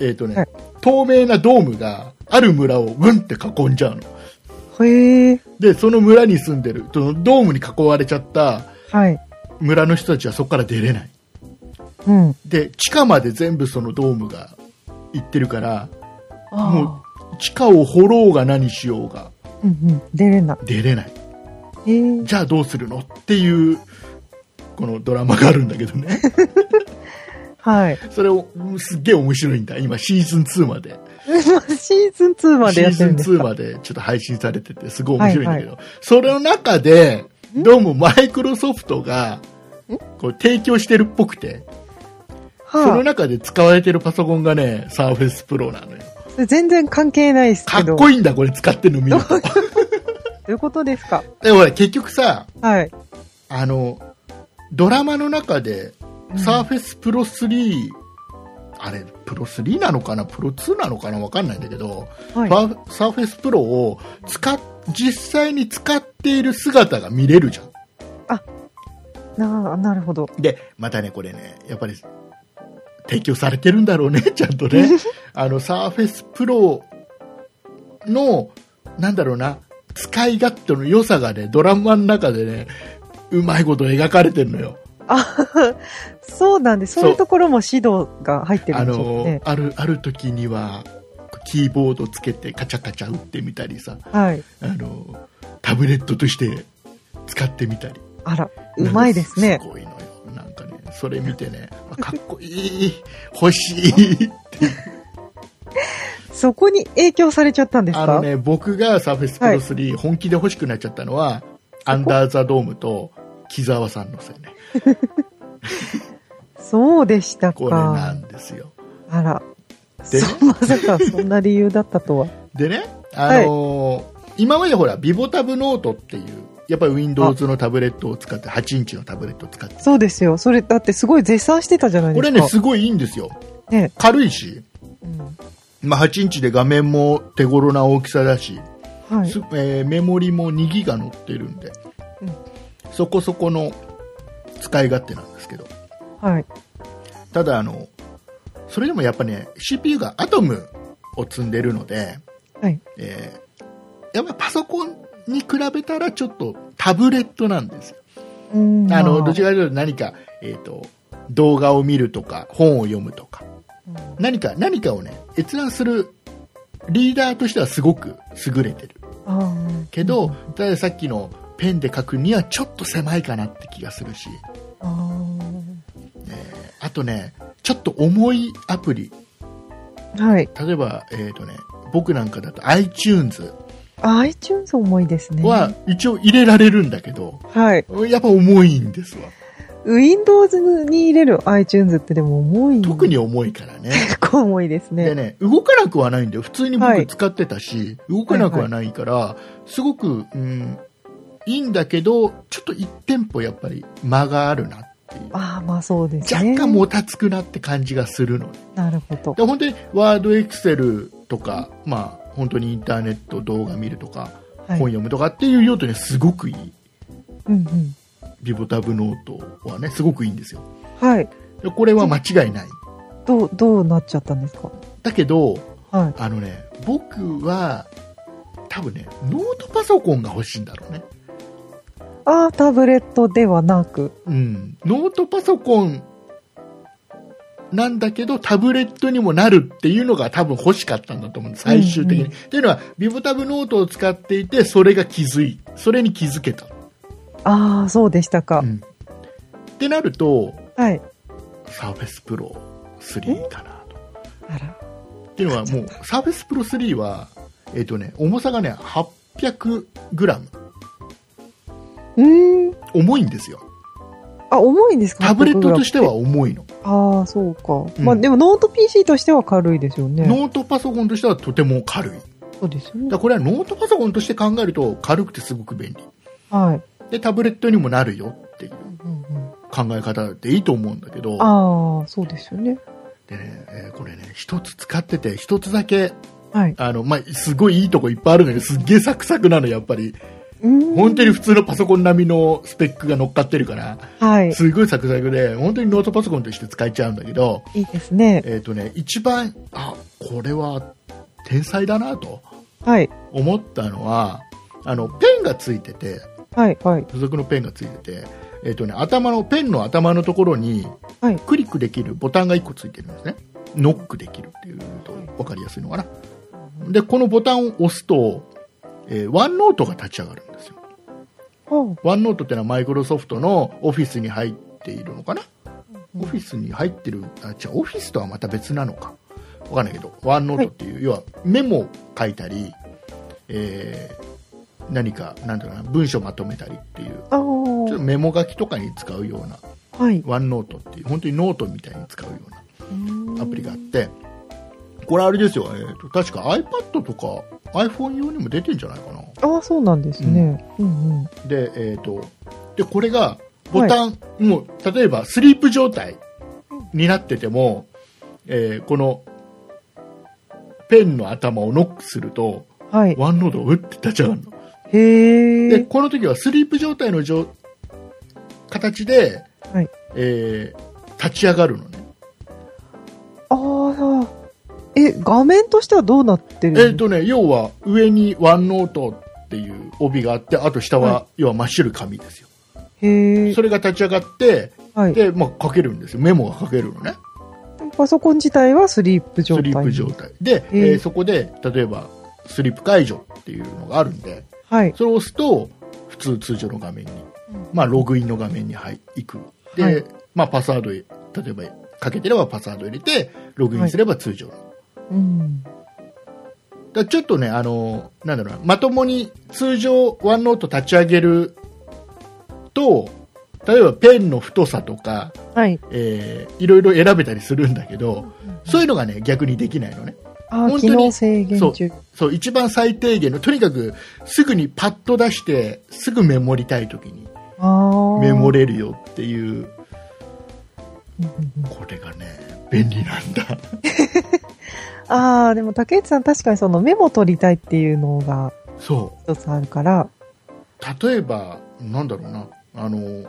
Speaker 2: えっ、とね、
Speaker 3: はい
Speaker 2: 透明なドームが、ある村をうんって囲んじゃうの。
Speaker 3: へえ。
Speaker 2: で、その村に住んでる、そのドームに囲われちゃった
Speaker 3: はい。
Speaker 2: 村の人たちはそこから出れない。
Speaker 3: うん。
Speaker 2: で、地下まで全部そのドームが行ってるから、
Speaker 3: あ
Speaker 2: もう、地下を掘ろうが何しようが
Speaker 3: ーうんうん。出れない。
Speaker 2: 出れない。
Speaker 3: へえ。
Speaker 2: じゃあどうするのっていう、このドラマがあるんだけどね。
Speaker 3: はい。
Speaker 2: それを、うんすっげえ面白いんだ。今、シーズン2まで。
Speaker 3: シーズン2まで
Speaker 2: シ
Speaker 3: や
Speaker 2: ー
Speaker 3: って
Speaker 2: ズ
Speaker 3: る
Speaker 2: ン
Speaker 3: んです
Speaker 2: 2
Speaker 3: か
Speaker 2: までちょっと配信されてて、すごい面白いんだけど、それの中で、どうもマイクロソフトが、こう提供してるっぽくて、その
Speaker 3: は
Speaker 2: 中で使われてるパソコンがね、サーフェスプロなのよ。
Speaker 3: あ、それ全然関係ないです
Speaker 2: か
Speaker 3: け
Speaker 2: っ
Speaker 3: ど。
Speaker 2: こいいんだ、これ使ってるの見ると。
Speaker 3: どういうことですか
Speaker 2: で、ほら、結局さ、
Speaker 3: はい。
Speaker 2: あの、ドラマの中で、サーフェスプロ3、あれ、プロ3なのかなプロ2なのかなわかんないんだけど、
Speaker 3: はい。
Speaker 2: ファサーフェスプロを使っ実際に使っている姿が見れるじゃん。
Speaker 3: なあなるほど。
Speaker 2: で、またね、これね、やっぱり、提供されてるんだろうね、 ちゃんと ね。あの、サーフェスプロの、なんだろうな、使い勝手の良さがね、ドラマの中でね、うまいこと描かれてるのよ。
Speaker 3: あそうなんです。
Speaker 2: そう
Speaker 3: そういうところも指導が入ってる
Speaker 2: あ
Speaker 3: んですよ
Speaker 2: の
Speaker 3: ね、。
Speaker 2: ある、ある時には、キーボードつけてカチャカチャ打ってみたりさ、
Speaker 3: はい。
Speaker 2: あの、タブレットとして使ってみたり。
Speaker 3: あら、うまいですね
Speaker 2: す。ごいのよ。なんかね、それ見てね、あかっこいい、欲しいって
Speaker 3: そこに影響されちゃったんです
Speaker 2: あ
Speaker 3: か
Speaker 2: のね、僕がサーフェスプロ3、本気で欲しくなっちゃったのは、アンダーザドームと木澤さんのせいね。
Speaker 3: そうでした
Speaker 2: これな
Speaker 3: か。
Speaker 2: んですよ。
Speaker 3: あら。
Speaker 2: で
Speaker 3: そうまさかそんな理由だったとは。
Speaker 2: でね、あのー今までほら、ビボタブノートっていう、やっぱり Windows のタブレットを使って、8インチのタブレットを使って、
Speaker 3: そうですよ。それ、だってすごい絶賛してたじゃないで
Speaker 2: こ
Speaker 3: すか。
Speaker 2: れね、すごいいいんですよ。
Speaker 3: ね
Speaker 2: 軽いし、
Speaker 3: うん
Speaker 2: まあ、8インチで画面も手頃な大きさだし、
Speaker 3: はい
Speaker 2: す。えーメモリも2ギガ載ってるんで、
Speaker 3: うん
Speaker 2: そこそこの使い勝手なんですけど、
Speaker 3: はい。
Speaker 2: ただあの、それでもやっぱね、CPU がアトムを積んでるので、
Speaker 3: はい。
Speaker 2: えーやっぱりパソコンに比べたらちょっとタブレットなんですよ。
Speaker 3: うん
Speaker 2: あ
Speaker 3: ま
Speaker 2: の、どちらかというと何か、えっ、と、動画を見るとか、本を読むとか、
Speaker 3: うん
Speaker 2: 何か、何かをね、閲覧するリーダーとしてはすごく優れてる。
Speaker 3: あー
Speaker 2: けど、たださっきのペンで書くにはちょっと狭いかなって気がするし、
Speaker 3: あ
Speaker 2: あとね、ちょっと重いアプリ、
Speaker 3: ーはい。
Speaker 2: 例えば、えっ、とね、僕なんかだと iTunes
Speaker 3: あ iTunes 重いですね。
Speaker 2: は一応入れられるんだけど、
Speaker 3: はい。
Speaker 2: やっぱ重いんですわ。
Speaker 3: Windows に入れる iTunes ってでも重い。
Speaker 2: 特に重いからね。
Speaker 3: 結構 重いです
Speaker 2: で
Speaker 3: ね。
Speaker 2: ね、動かなくはないんだよ。普通に
Speaker 3: は
Speaker 2: 僕
Speaker 3: い
Speaker 2: 使ってたし、動かなくはないから、すごく、うん、いいんだけど、ちょっと一テンポやっぱり間があるなっていう。
Speaker 3: ああ、まあそうです
Speaker 2: 若
Speaker 3: ね。
Speaker 2: 干もたつくなって感じがするのね
Speaker 3: なるほど
Speaker 2: で。本当にワードエクセルとか、まあ、本当にインターネット動画見るとか、
Speaker 3: はい。
Speaker 2: 本読むとかっていう用途にはすごくいい
Speaker 3: うんうん。
Speaker 2: ビボタブノートはねすごくいいんですよ
Speaker 3: はい。
Speaker 2: でこれは間違いない
Speaker 3: どう、どうなっちゃったんですか
Speaker 2: だけど
Speaker 3: はい。
Speaker 2: あのね僕は多分ねノートパソコンが欲しいんだろうね
Speaker 3: ああ、タブレットではなく。
Speaker 2: うんノートパソコンなんだけどタブレットにもなるっていうのが多分欲しかったんだと思うんです最終的に、
Speaker 3: うん
Speaker 2: っていうのはビボタブノートを使っていてそれが気づいそれに気づけた
Speaker 3: ああ、そうでしたか。
Speaker 2: うんってなると
Speaker 3: はい。
Speaker 2: サーフェスプロ3かなと。
Speaker 3: あら。
Speaker 2: っていうのはもうサーフェスプロ3は、えっとね、重さがね 800g
Speaker 3: うーん。
Speaker 2: 重いんですよ
Speaker 3: あ、重いんですか
Speaker 2: タブレットとして。
Speaker 3: 800
Speaker 2: は重いの、
Speaker 3: グラムああ、そうか。
Speaker 2: うん
Speaker 3: まあでもノート PC としては軽いですよね。
Speaker 2: ノートパソコンとしてはとても軽いだか
Speaker 3: そうですよね
Speaker 2: ら。これはノートパソコンとして考えると軽くてすごく便利
Speaker 3: はい。
Speaker 2: でタブレットにもなるよっていう
Speaker 3: うんうん、
Speaker 2: 考え方でいいと思うんだけど
Speaker 3: ああ、そうですよね。
Speaker 2: で、ねえーこれね一つ使ってて一つだけ
Speaker 3: はい。
Speaker 2: あの、まあ、すごいいいとこいっぱいあるんだけどすっげえサクサクなのやっぱり本当
Speaker 3: 本
Speaker 2: に普通のパソコン並みのスペックが乗っかってるから、
Speaker 3: はい。
Speaker 2: すごいサクサクで、本当にノートパソコンとして使えちゃうんだけど、
Speaker 3: いいですね。
Speaker 2: えっ、とね、一番、あ、これは天才だなと
Speaker 3: はい。
Speaker 2: 思ったのは、あの、ペンがついてて、
Speaker 3: はい。はい。
Speaker 2: 付属のペンがついてて、えっ、とね、頭の、ペンの頭のところに
Speaker 3: はい、
Speaker 2: クリックできるボタンが1個ついてるんですね。ノックできるっていうと分かりやすいのかな。で、このボタンを押すと、えーワンノートが立ち上がるんですよ。
Speaker 3: は
Speaker 2: ワンノートってのはマイクロソフトのオフィスに入っているのかな、オフィスに入ってる、あ、違う、オフィスとはまた別なのか。わかんないけど、ワンノートっていう、要はメモを書いたり、えー何か、なんだろうな、文章まとめたりっていう、
Speaker 3: あ
Speaker 2: ち
Speaker 3: あ
Speaker 2: ょっと
Speaker 3: ー。
Speaker 2: メモ書きとかに使うような、
Speaker 3: はい。
Speaker 2: ワンノートっていう、本当にノートみたいに使うようなアプリがあっ
Speaker 3: う
Speaker 2: て、これあれですよ、えーと、確か iPad とか iPhone 用にも出てんじゃないかな。
Speaker 3: ーん。ああ、そうなんですね。うんうん。
Speaker 2: で、えっ、と、で、これが、ボタン、もう、例えば、スリープ状態になってても、えーこの、ペンの頭をノックすると、
Speaker 3: はい。
Speaker 2: ワンノードがうって立ち上がるの。
Speaker 3: へ
Speaker 2: で、
Speaker 3: え。
Speaker 2: この時はスリープ状態の状形で、
Speaker 3: はい
Speaker 2: えー立ち上がるのね。
Speaker 3: ああ。え、画面としてはどうなってるん
Speaker 2: えっ、とね、要は、上にワンノートっていう帯があって、あと下は、
Speaker 3: は
Speaker 2: 要は真っ白い紙ですよ。
Speaker 3: へえ
Speaker 2: そ。れが立ち上がって、
Speaker 3: はい。
Speaker 2: で、まあ、書けるんですよ。メモが書けるのね。
Speaker 3: パソコン自体はスリープ状
Speaker 2: ス
Speaker 3: 態
Speaker 2: リ
Speaker 3: に。
Speaker 2: ープ状態で、え
Speaker 3: えー
Speaker 2: ーそこで例えばスリープ解除っていうのがあるんで
Speaker 3: はい。
Speaker 2: それを押すと普通通常の画面に、まあ、ログインの画面に入行くで、
Speaker 3: はい
Speaker 2: まあ、パスワード例えばかけてればパスワード入れてログインすれば通常の
Speaker 3: うん。
Speaker 2: だからちょっとね、あの、なんだろうな、まともに通常ワンノート立ち上げると、例えばペンの太さとか、
Speaker 3: はい。
Speaker 2: えーいろいろ選べたりするんだけど、そういうのがね、逆にできないのね。
Speaker 3: あ
Speaker 2: 本当
Speaker 3: ー、
Speaker 2: に
Speaker 3: 機能制限中。
Speaker 2: そう、一番最低限の、とにかくすぐにパッと出して、すぐメモりたいときに
Speaker 3: ああ。
Speaker 2: メモれるよっていう、
Speaker 3: うんうんうん
Speaker 2: これがね、便利なんだ。
Speaker 3: ああ、でも竹内さん確かにそのメモ取りたいっていうのが
Speaker 2: そう。
Speaker 3: 一つあるから。
Speaker 2: 例えば、なんだろうな、あの、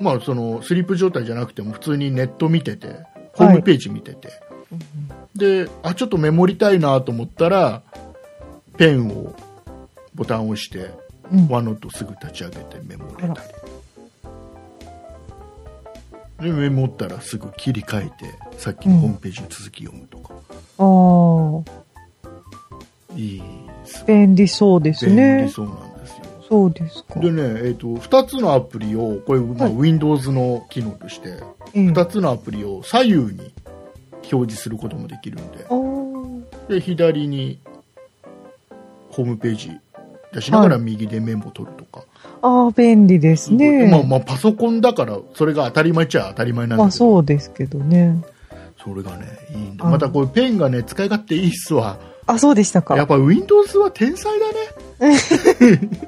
Speaker 2: まあ、その、スリープ状態じゃなくても、普通にネット見てて、ホームページ見てて、で、あ、ちょっとメモりたいなと思ったら、ペンを、ボタンを押して、
Speaker 3: うん
Speaker 2: ワンノートすぐ立ち上げてメモれたり。で、メモったらすぐ切り替えて、さっきのホームページの続き読むとか。
Speaker 3: あ
Speaker 2: いいです
Speaker 3: あ、。便利そうです
Speaker 2: 便利
Speaker 3: ね。
Speaker 2: そうなんですよ。
Speaker 3: そうですか。
Speaker 2: でね、えっ、と、2つのアプリを、これ、まあ、
Speaker 3: はい
Speaker 2: Windows の機能として、
Speaker 3: ええ
Speaker 2: 2つのアプリを左右に表示することもできるんで
Speaker 3: あ、ー
Speaker 2: で、左にホームページ出しながら右でメモを取るとか、
Speaker 3: あー、便利ですね。
Speaker 2: まあまあ、パソコンだから、それが当たり前っちゃ当たり前なん
Speaker 3: ま
Speaker 2: で
Speaker 3: あ
Speaker 2: すけど、
Speaker 3: そうですけどね。
Speaker 2: それがね、いいんだ。
Speaker 3: うん
Speaker 2: またこれペンがね、使い勝手いいっすわ。
Speaker 3: あ、そうでした
Speaker 2: やっ
Speaker 3: か。
Speaker 2: ぱ Windows は天才だね。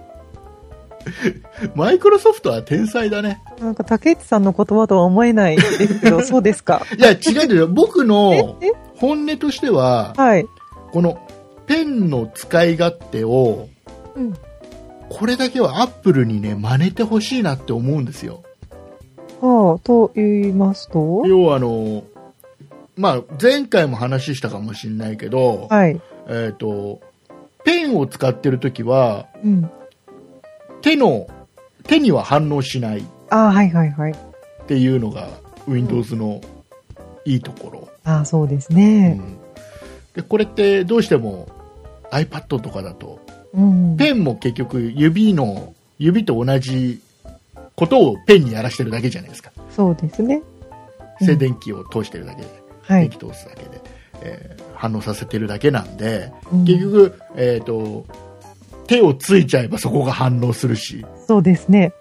Speaker 2: マイクロソフトは天才だね。
Speaker 3: なんか竹内さんの言葉とは思えないです けど、そうですか。
Speaker 2: いや、違うんだよ。僕の
Speaker 3: ええ
Speaker 2: 本音としては、
Speaker 3: はい。
Speaker 2: このペンの使い勝手を、
Speaker 3: うん
Speaker 2: これだけはアップルにね、真似てほしいなって思うんですよ。
Speaker 3: はあ、と言いますと
Speaker 2: 要はあの、まあ、前回も話したかもしれないけど、
Speaker 3: はい。
Speaker 2: えっ、と、ペンを使ってるときは、
Speaker 3: うん。
Speaker 2: 手の、手には反応しないっ
Speaker 3: ああ、はいはいはい。
Speaker 2: ていうのが Windows のいいところ。
Speaker 3: ああ、そうです
Speaker 2: う
Speaker 3: ね。
Speaker 2: んでこれってどうしても iPad とかだと
Speaker 3: うん。
Speaker 2: ペンも結局指の指と同じことをペンにやらしてるだけじゃないですか
Speaker 3: そうですね。うん
Speaker 2: 静電気を通してるだけで、
Speaker 3: はい。
Speaker 2: 電気通すだけで、えー反応させてるだけなんで
Speaker 3: うん
Speaker 2: 結局、えー、と手をついちゃえばそこが反応するし
Speaker 3: そうですね。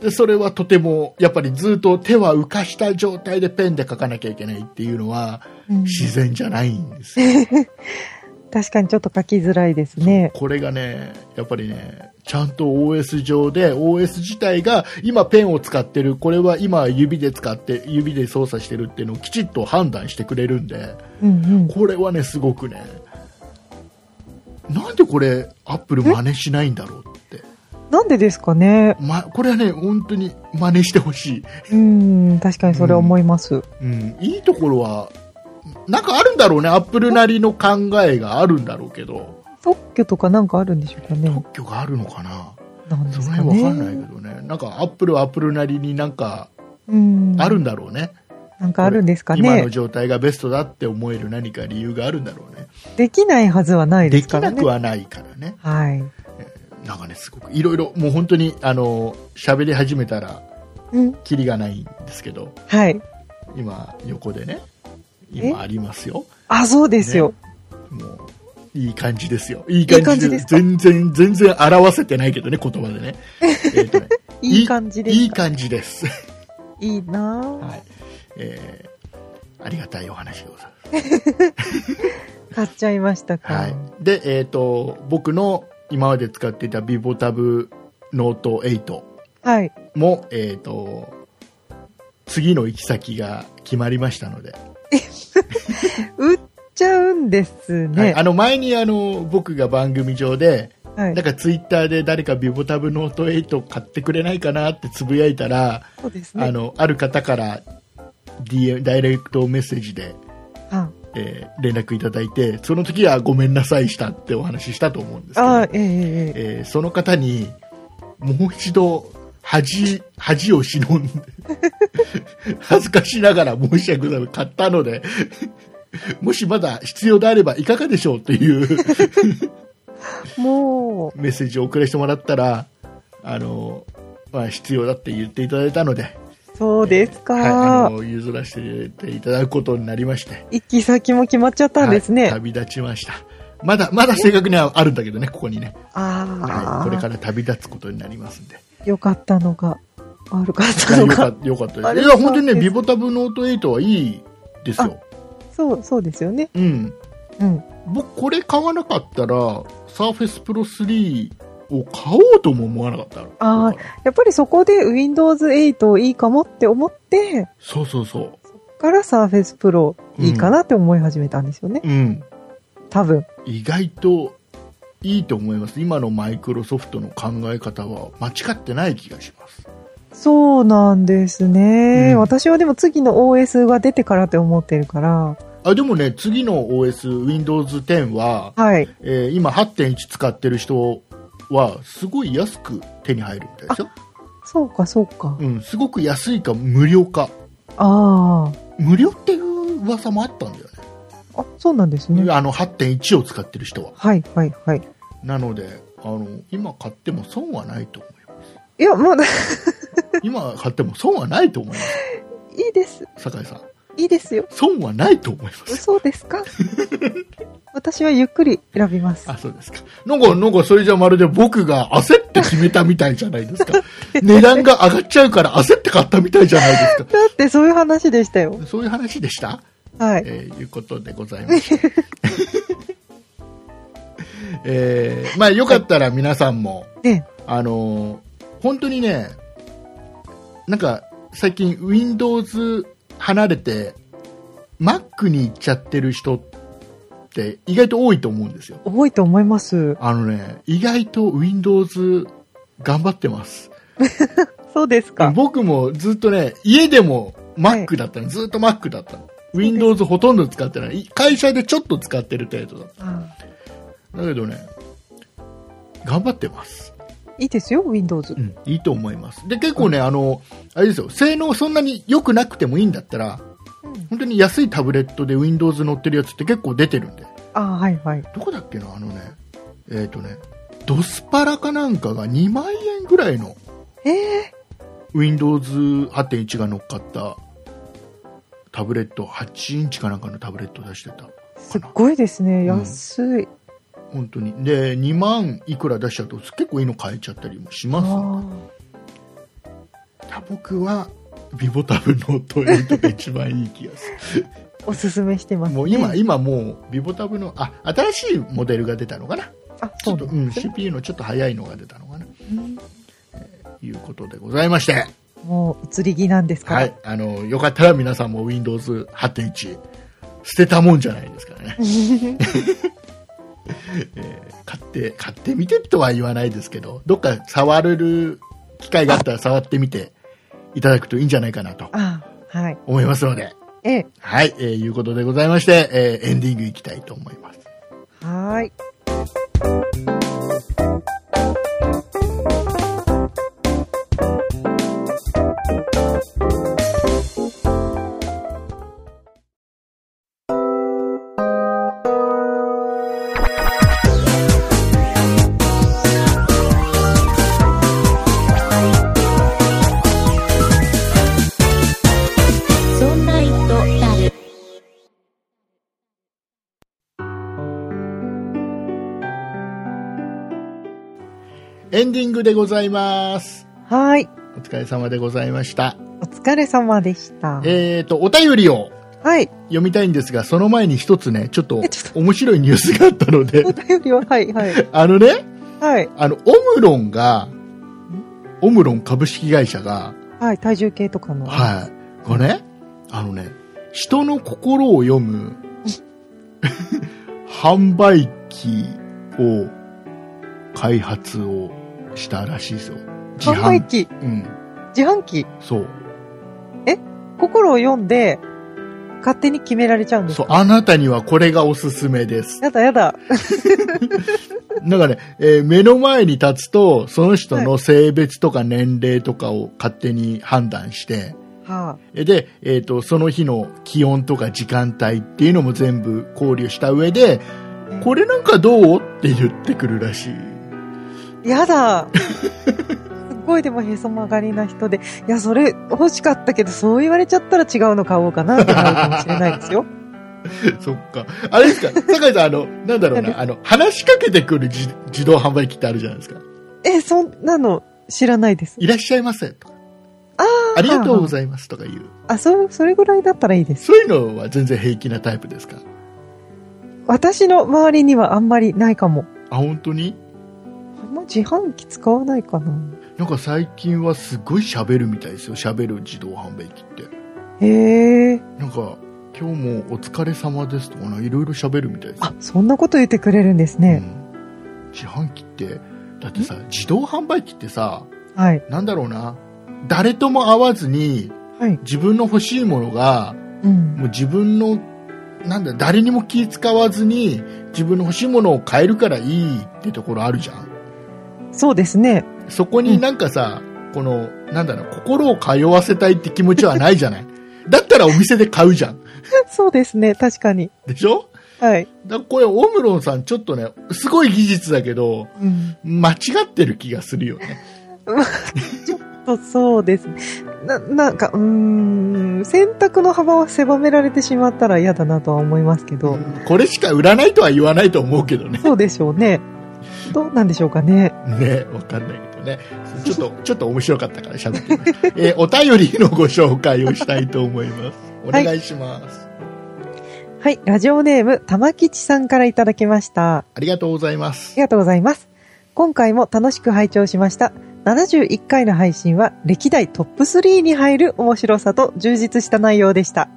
Speaker 2: でそれはとてもやっぱりずっと手は浮かした状態でペンで書かなきゃいけないっていうのは
Speaker 3: うん
Speaker 2: 自然じゃないんですよ
Speaker 3: 確かにちょっと書きづらいですね。
Speaker 2: これがね、やっぱりね、ちゃんと OS 上で、OS 自体が今ペンを使ってる、これは今指で使って、指で操作してるっていうのをきちっと判断してくれるんで、
Speaker 3: うんうん。
Speaker 2: これはね、すごくね、なんでこれ、アップル真似しないんだろうって。
Speaker 3: なんでですかね。
Speaker 2: ま、これはね、本当に真似してほしい。
Speaker 3: うん、確かにそれ思います。
Speaker 2: うん、いいところは、なんかあるんだろうね、アップルなりの考えがあるんだろうけど、
Speaker 3: 特許とかなんかあるんでしょうかね。
Speaker 2: 特許があるのかな。
Speaker 3: なんで
Speaker 2: そ
Speaker 3: す
Speaker 2: の
Speaker 3: か
Speaker 2: 辺
Speaker 3: ね。
Speaker 2: わかんないけどね、なんかアップルはアップルなりになんか
Speaker 3: うん。
Speaker 2: あるんだろうね、
Speaker 3: なんかあるんですか
Speaker 2: 今の
Speaker 3: ね。
Speaker 2: 状態がベストだって思える何か理由があるんだろうね、
Speaker 3: できないはずはないで
Speaker 2: ですき
Speaker 3: から
Speaker 2: な
Speaker 3: ね。
Speaker 2: くはないからね、
Speaker 3: はい。
Speaker 2: なんかね、すごくいろいろ、もう本当にあの喋り始めたら、
Speaker 3: うん。
Speaker 2: キリがないんですけど、
Speaker 3: はい。
Speaker 2: 今、横でね、
Speaker 3: え
Speaker 2: 今ありますよ、
Speaker 3: あ、そうですよ。
Speaker 2: もう。いい感じですよ。いい
Speaker 3: 感
Speaker 2: 感
Speaker 3: じ
Speaker 2: じ
Speaker 3: ですか
Speaker 2: 全然、全然表せてないけどね、言葉で ね。えーとね
Speaker 3: いい感じですか
Speaker 2: いい感じです。
Speaker 3: いいな
Speaker 2: はい。 えーありがたいお話でございます。
Speaker 3: ぁ買っちゃいましたか。
Speaker 2: はい。で、えっ、と、僕の今まで使っていた vivo tab note 8
Speaker 3: はい。
Speaker 2: も、えっ、と、次の行き先が決まりましたので、
Speaker 3: 売っちゃうんです
Speaker 2: はい
Speaker 3: ね。
Speaker 2: あの前にあの僕が番組上で、
Speaker 3: はい。
Speaker 2: なんかツイッターで誰か vivo tab note 8買ってくれないかなってつぶやいたら、
Speaker 3: そうです
Speaker 2: あ
Speaker 3: ね。
Speaker 2: の、ある方から DM、ダイレクトメッセージで、
Speaker 3: あ
Speaker 2: えー連絡いただいて、その時はごめんなさいしたってお話ししたと思うんですけど、
Speaker 3: あ、ええええ
Speaker 2: えーその方に、もう一度、恥、恥を忍んで、 恥ずかしながら申し訳ございません。買ったので、もしまだ必要であればいかがでしょうという
Speaker 3: も
Speaker 2: メッセージをお送らせてもらったら、あの、まあ必要だって言っていただいたので、
Speaker 3: う、そうですか。
Speaker 2: はい、あの譲らせていただくことになりまして、
Speaker 3: 行き先も決まっちゃったんですね。
Speaker 2: はい旅立ちました。まだ、まだ正確にはあるんだけどね、ここにね。
Speaker 3: あ
Speaker 2: は
Speaker 3: あ、
Speaker 2: い、これから旅立つことになります んで。
Speaker 3: よかったのか、悪かった
Speaker 2: よ
Speaker 3: の
Speaker 2: か
Speaker 3: か。
Speaker 2: った、よかった
Speaker 3: あ
Speaker 2: で
Speaker 3: れ
Speaker 2: す。いや、本当にね、
Speaker 3: そうです
Speaker 2: ビボタブノート8はいいですよ。
Speaker 3: そう、そうですよね。
Speaker 2: うん。
Speaker 3: うん。
Speaker 2: 僕、これ買わなかったら、サーフェスプロ3を買おうとも思わなかったの
Speaker 3: あーやっぱりそこで Windows 8いいかもって思って、
Speaker 2: そうそうそ
Speaker 3: から Surface Pro いいかなって思い始めたんですよね。
Speaker 2: う。うん。
Speaker 3: 多分。
Speaker 2: 意外といいと思います。今のマイクロソフトの考え方は間違ってない気がします。
Speaker 3: そうなんですね。
Speaker 2: うん
Speaker 3: 私はでも次の OS が出てからって思ってるから。
Speaker 2: あでもね、次の OS、Windows 10は、
Speaker 3: はい。
Speaker 2: えー今8.1使ってる人は、すごい安く手に入るみたいですよ。
Speaker 3: そうか、そうか。
Speaker 2: うん、すごく安いか無料か。
Speaker 3: あ
Speaker 2: 無料っていう噂もあったんだよ
Speaker 3: あ。あ、そうなんですね。
Speaker 2: ね。あの、8.1を使ってる人は。
Speaker 3: はい、はい、はい。
Speaker 2: なので、あの、今買っても損はないと思います。
Speaker 3: いや、まだ、
Speaker 2: 今買っても損はないと思います。
Speaker 3: いいです。
Speaker 2: 酒井さん。
Speaker 3: いいですよ。
Speaker 2: 損はないと思います。
Speaker 3: そうですか 私はゆっくり選びます。
Speaker 2: あ、そうですか。なんか、なんか、それじゃまるで僕が焦って決めたみたいじゃないですか。値段が上がっちゃうから焦って買ったみたいじゃないです
Speaker 3: だってそういう話でしたよ
Speaker 2: か。。そういう話でした
Speaker 3: はい。
Speaker 2: えーいうことでございました。えーまあ、よかったら皆さんも、
Speaker 3: ね、
Speaker 2: あのー本当にね、なんか、最近 Windows 離れて、Mac に行っちゃってる人って意外と多いと思うんですよ。
Speaker 3: 多いと思います。
Speaker 2: あのね、意外と Windows 頑張ってます。
Speaker 3: そうですか。
Speaker 2: 僕もずっとね、家でも Mac だったの、ずっと Mac だったの。Windows ほとんど使ってない。会社でちょっと使ってる程度だっ
Speaker 3: あ
Speaker 2: た。だけどね、頑張ってます。
Speaker 3: いいですよ、Windows
Speaker 2: う。ん、いいと思います。で、結構ね、あの、あれですよ、性能そんなに良くなくてもいいんだったら、
Speaker 3: うん
Speaker 2: 本当に安いタブレットで Windows 乗ってるやつって結構出てるんで。
Speaker 3: ああ、はいはい。
Speaker 2: どこだっけな、あのね、えっ、とね、ドスパラかなんかが2万円ぐらいの
Speaker 3: ええ
Speaker 2: Windows8.1 が乗っかったタブレット8インチかなんかのタブレット出してた
Speaker 3: すっごいですね。安い。
Speaker 2: 本当にで2万いくら出しちゃうと結構いいの買えちゃったりもし
Speaker 3: あ
Speaker 2: ま
Speaker 3: あ
Speaker 2: すので僕はビボタブのトイレが一番いい気がする
Speaker 3: おすすめ してます、
Speaker 2: もう今今もうビボタブのあ新しいモデルが出たのかな
Speaker 3: あ、
Speaker 2: ち
Speaker 3: そ
Speaker 2: ょ
Speaker 3: う
Speaker 2: っと、
Speaker 3: だ
Speaker 2: うん、CPU のちょっと早いのが出たのかな
Speaker 3: うん
Speaker 2: いうことでございまして、
Speaker 3: もう移り気なんですから。
Speaker 2: はい、あのよかったら皆さんも Windows8.1 捨てたもんじゃないですからね 買って買ってみてとは言わないですけどどっか触れる機会があったら触ってみていただくといいんじゃないかなと
Speaker 3: ああ、はい。
Speaker 2: 思いますので
Speaker 3: ええ、
Speaker 2: はい、えーいうことでございまして、えーエンディングいきたいと思います
Speaker 3: はーい。
Speaker 1: そんな糸だる。
Speaker 2: エンディングでございます
Speaker 3: はーい。
Speaker 2: お疲れ様でございました
Speaker 3: お疲れ様でした。
Speaker 2: えっ、とお便りを
Speaker 3: はい。
Speaker 2: 読みたいんですがその前に一つねちょっと
Speaker 3: えちょっ
Speaker 2: 面白いニュースがあったので
Speaker 3: お便りは、はい、はい。
Speaker 2: あのね
Speaker 3: はい。
Speaker 2: あのオムロンがオムロン株式会社が
Speaker 3: はい。体重計とかの。
Speaker 2: はい。これね、あのね、人の心を読む販売機を開発をしたらしいですよ。自
Speaker 3: 販売
Speaker 2: 販。
Speaker 3: 機。
Speaker 2: うん。
Speaker 3: 自販機。
Speaker 2: そう。
Speaker 3: 心を読んで、勝手に決められちゃうんです
Speaker 2: そう
Speaker 3: か。
Speaker 2: あなたにはこれがおすすめです。
Speaker 3: やだやだ。
Speaker 2: なんかね、えー目の前に立つと、その人の性別とか年齢とかを勝手に判断して、
Speaker 3: は
Speaker 2: で、えっ、と、その日の気温とか時間帯っていうのも全部考慮した上で、
Speaker 3: あ。
Speaker 2: これなんかどうって言ってくるらしい。
Speaker 3: やだ。すっごいでもへそ曲がりな人で、いや、それ欲しかったけど、そう言われちゃったら違うの買おうかなってなるかもしれないで すよ。
Speaker 2: そっか。あれですか、酒井さん、あの、なんだろう
Speaker 3: なんで
Speaker 2: な、あの、話しかけてくる自自動販売機ってあるじゃないですか。
Speaker 3: え、そんなの知らないです。
Speaker 2: いらっしゃいませとか、
Speaker 3: ああ。
Speaker 2: ありがとうご
Speaker 3: い
Speaker 2: ざいますとかいう。
Speaker 3: ます。あ、そう、それぐらいだったらいいです。
Speaker 2: そういうのは全然平気なタイプですか
Speaker 3: 私の周りにはあんまりないかも。
Speaker 2: あ、本当に
Speaker 3: あんま自販機使わないかな。
Speaker 2: なんか最近はすごい喋るみたいですよ。喋る自動販売機って。
Speaker 3: へえ。
Speaker 2: なんか、今日もお疲れ様ですとか、なんかいろいろ喋るみたいですよ
Speaker 3: あ、そんなこと言ってくれるんです
Speaker 2: う
Speaker 3: ね。
Speaker 2: ん、自販機って、だってさ、自動販売機ってさ、
Speaker 3: はい。
Speaker 2: なんだろうな、誰とも会わずに、
Speaker 3: はい。
Speaker 2: 自分の欲しいものが、
Speaker 3: うん。
Speaker 2: もう自分の、なんだ、誰にも気使わずに、自分の欲しいものを買えるからいいってところあるじゃん。
Speaker 3: そうですね。
Speaker 2: そこになんかさ、この、なんだろう、心を通わせたいって気持ちはないじゃない。 だったらお店で買うじゃん。
Speaker 3: そうですね。確かに。
Speaker 2: でしょ
Speaker 3: はい。
Speaker 2: だからこれ、オムロンさん、ちょっとね、すごい技術だけど、
Speaker 3: うん。
Speaker 2: 間違ってる気がするよね。
Speaker 3: とそうですね。な、なんか、うーん、選択の幅を狭められてしまったら嫌だなとは思いますけど、
Speaker 2: これしか売らないとは言わないと思うけどね。
Speaker 3: そうでしょうね。どうなんでしょうかね。
Speaker 2: ね、わかんないけどね。ち ょっと、ちょっと面白かったから喋ってみます。えーお便りのご紹介をしたいと思います。お
Speaker 3: はい
Speaker 2: 願いします。
Speaker 3: はい。ラジオネーム、玉吉さんからいただきました。
Speaker 2: ありがとうございま
Speaker 3: あ
Speaker 2: す
Speaker 3: り。がとうございます。今回も楽しく拝聴しました。71回の配信は歴代トップ3に入る面白さと充実した内容でした。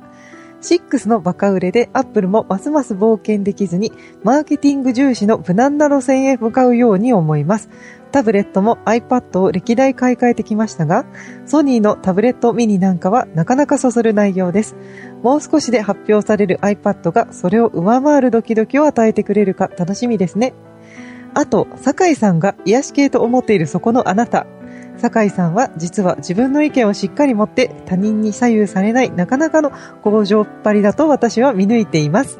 Speaker 3: 6のバカ売れでアップルもますます冒険できずにマーケティング重視の無難な路線へ向かうように思います。タブレットも iPad を歴代買い替えてきましたが、ソニーのタブレットミニなんかはなかなかそそる内容です。もう少しで発表される iPad がそれを上回るドキドキを与えてくれるか楽しみですね。あと、酒井さんが癒し系と思っているそこのあなた。酒井さんは実は自分の意見をしっかり持って他人に左右されないなかなかの強情っぱりだと私は見抜いています。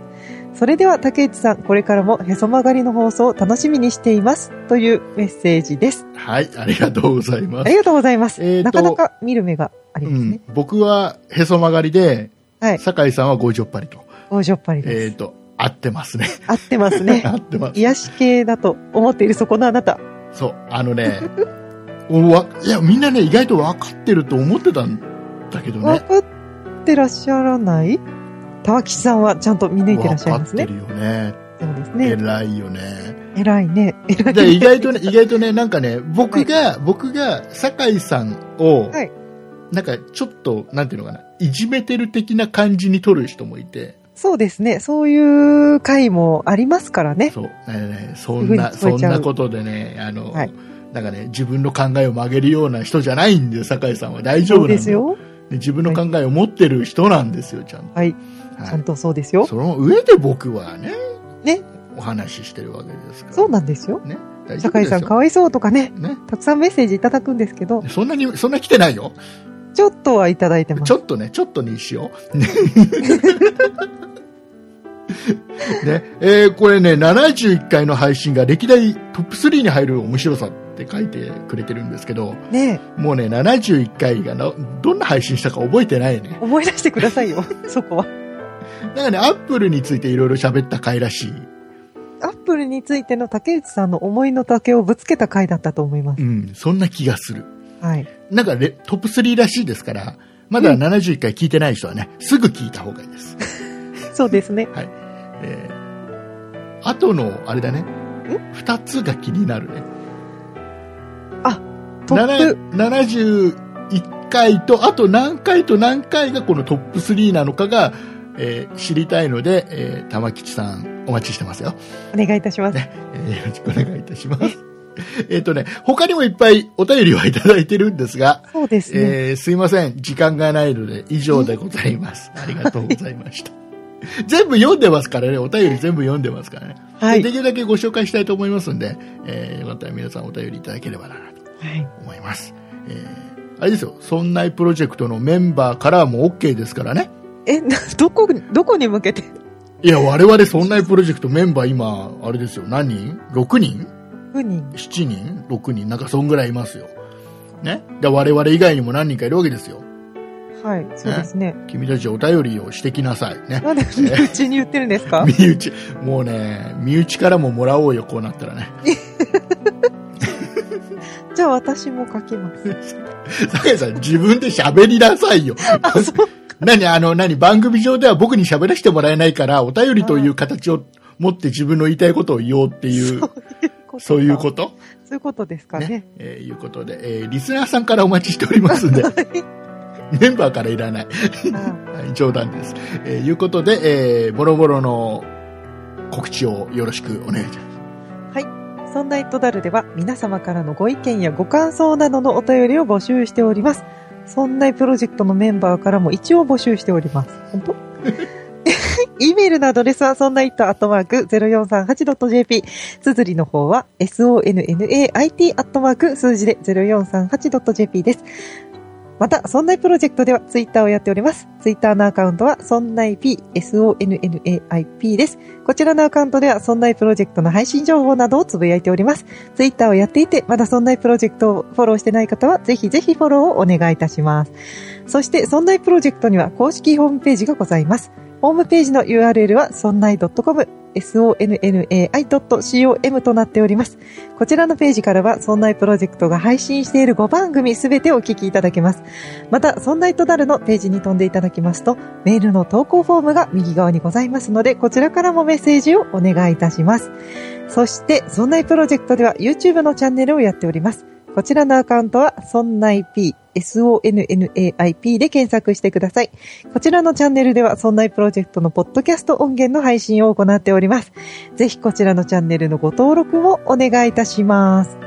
Speaker 3: それでは竹内さん、これからもへそ曲がりの放送を楽しみにしています。というメッセージです。
Speaker 2: はい、ありがとうございま
Speaker 3: あ
Speaker 2: す。
Speaker 3: りがとうございます。
Speaker 2: えーと
Speaker 3: なかなか見る目があり
Speaker 2: う
Speaker 3: ます
Speaker 2: ん
Speaker 3: ね。、
Speaker 2: 僕はへそ曲がりで、
Speaker 3: はい。
Speaker 2: 酒井さんはごじょっぱりと。
Speaker 3: 強情っぱり
Speaker 2: え
Speaker 3: で
Speaker 2: っ、
Speaker 3: す。
Speaker 2: と、合ってますね。
Speaker 3: 合ってます ね
Speaker 2: 合。ってます。
Speaker 3: 癒し系だと思っているそこのあなた。
Speaker 2: そう、あのね、おわいや、みんなね、意外と分かってると思ってたんだけど
Speaker 3: わ
Speaker 2: ね。
Speaker 3: かってらっしゃらない沢吉さんはちゃんと見抜いてらっしゃいますね。
Speaker 2: 分かってるよね。
Speaker 3: そうですね。
Speaker 2: 偉いよね。
Speaker 3: 偉いね。偉い
Speaker 2: で
Speaker 3: ね。
Speaker 2: 意外とね、意外とね、なんかね、僕が、僕が、酒井さんを、
Speaker 3: はい
Speaker 2: なんかちょっと、なんていうのかな、いじめてる的な感じに取る人もいて、
Speaker 3: そうですね。そういう回もありますからね。
Speaker 2: そう、なんかね、そんな、
Speaker 3: す
Speaker 2: そ
Speaker 3: ぐに超え
Speaker 2: ん
Speaker 3: ちゃう
Speaker 2: なことでね、あの、
Speaker 3: はい
Speaker 2: なんかね、自分の考えを曲げるような人じゃないんで、酒井さんは大丈夫
Speaker 3: そ
Speaker 2: な
Speaker 3: うん
Speaker 2: だ
Speaker 3: です。よ。
Speaker 2: で自分の考えを持ってる人なんですよ、ちゃんと。
Speaker 3: はい。ち
Speaker 2: は
Speaker 3: ゃん
Speaker 2: い。
Speaker 3: とそうですよ。
Speaker 2: その上で僕はね、
Speaker 3: ね
Speaker 2: お話ししてるわけですから。
Speaker 3: そうなんですよ。
Speaker 2: ね。大丈夫
Speaker 3: 酒
Speaker 2: で
Speaker 3: 井
Speaker 2: すよ
Speaker 3: さんかわいそうとかね。
Speaker 2: ね。
Speaker 3: たくさんメッセージいただくんですけど、
Speaker 2: そんなに、そんな来てないよ。
Speaker 3: ちょっとはいただいてま
Speaker 2: ち
Speaker 3: す
Speaker 2: ょ。っとね、ちょっとにしよう。ね、 ねえーこれね、71回の配信が歴代トップ3に入る面白さって書いてくれてるんですけど、
Speaker 3: ね
Speaker 2: もうね、71回がなどんな配信したか覚えてない
Speaker 3: え
Speaker 2: ね。
Speaker 3: 思い出してくださいよ。 そこは。
Speaker 2: なんかね、アップルについていろいろ喋った回らしい。
Speaker 3: アップルについての竹内さんの思いの丈をぶつけた回だったと思いま
Speaker 2: う
Speaker 3: す。
Speaker 2: ん、そんな気がする。
Speaker 3: はい。
Speaker 2: なんかレトップ3らしいですから、まだ71回聞いてない人はね、すぐ聞いた方がいいです。
Speaker 3: そうですね。
Speaker 2: えー、あとの、あれだね。二つが気になるね。
Speaker 3: トップ、
Speaker 2: なな71回と、あと何回と何回がこのトップ3なのかが、えー知りたいので、えー玉吉さんお待ちしてますよ。
Speaker 3: お願いいたします。
Speaker 2: えーよろしくお願いいたします。 えっとね、他にもいっぱいお便りはいただいてるんですが、
Speaker 3: そうですね。
Speaker 2: えーすいません。時間がないので、以上でござい ます。ありがとうございました。 全部読んでますからね。お便り全部読んでますからね。
Speaker 3: はい
Speaker 2: でできるだけご紹介したいと思いますんで、えーよかったら皆さんお便りいただければなと
Speaker 3: はい。
Speaker 2: 思います。えーあれですよ。そんないプロジェクトのメンバーからも OK ですからね。
Speaker 3: え、などこ、どこに向けて
Speaker 2: いや、我々そんないプロジェクトメンバー今、あれですよ。何人 ?6 人
Speaker 3: ?6 人
Speaker 2: ?7 人 ?6 人なんかそんぐらいいますよ。ね。で我々以外にも何人かいるわけですよ。
Speaker 3: はい、そうですね。
Speaker 2: 君たちお便りをしてきなさい。ね。
Speaker 3: なんで身内に言ってるんですか
Speaker 2: 身内、もうね、身内からももらおうよ、こうなったらね。
Speaker 3: じゃあ私も書きます。
Speaker 2: 酒井さん、自分で喋りなさいよ。
Speaker 3: あ、そう。。
Speaker 2: 何、あの、何、番組上では僕に喋らせてもらえないから、お便りという形を持って自分の言いたいことを言おうっていう、そういうことと
Speaker 3: そういうことですかね。
Speaker 2: えーいうことで、えーリスナーさんからお待ちしておりますん で、メンバーからいらない。
Speaker 3: あ
Speaker 2: はい、冗談です。えーいうことで、えーボロボロの告知をよろしくお願いします。
Speaker 3: そんなイトダルでは皆様からのご意見やご感想などのお便りを募集しております。そんなプロジェクトのメンバーからも一応募集しております。本当 e メールのアドレスは、そんな it アットマーク 0438.jp。綴りの方は、sonnait アットマーク数字で 0438.jp です。また、そんないプロジェクトではツイッターをやっております。ツイッターのアカウントは、そんない p、sonnaip です。こちらのアカウントでは、そんないプロジェクトの配信情報などをつぶやいております。ツイッターをやっていて、まだそんないプロジェクトをフォローしてない方は、ぜひぜひフォローをお願いいたします。そして、そんないプロジェクトには公式ホームページがございます。ホームページの URL は、そんない .com、sonnai.com となっております。こちらのページからは、そんないプロジェクトが配信している5番組すべてお聞きいただけます。また、そんないとなるのページに飛んでいただきますと、メールの投稿フォームが右側にございますので、こちらからもメッセージをお願いいたします。そして、そんないプロジェクトでは YouTube のチャンネルをやっております。こちらのアカウントは、そんない P、sonnaip で検索してください。こちらのチャンネルでは、そんないプロジェクトのポッドキャスト音源の配信を行っております。ぜひこちらのチャンネルのご登録もお願いいたします。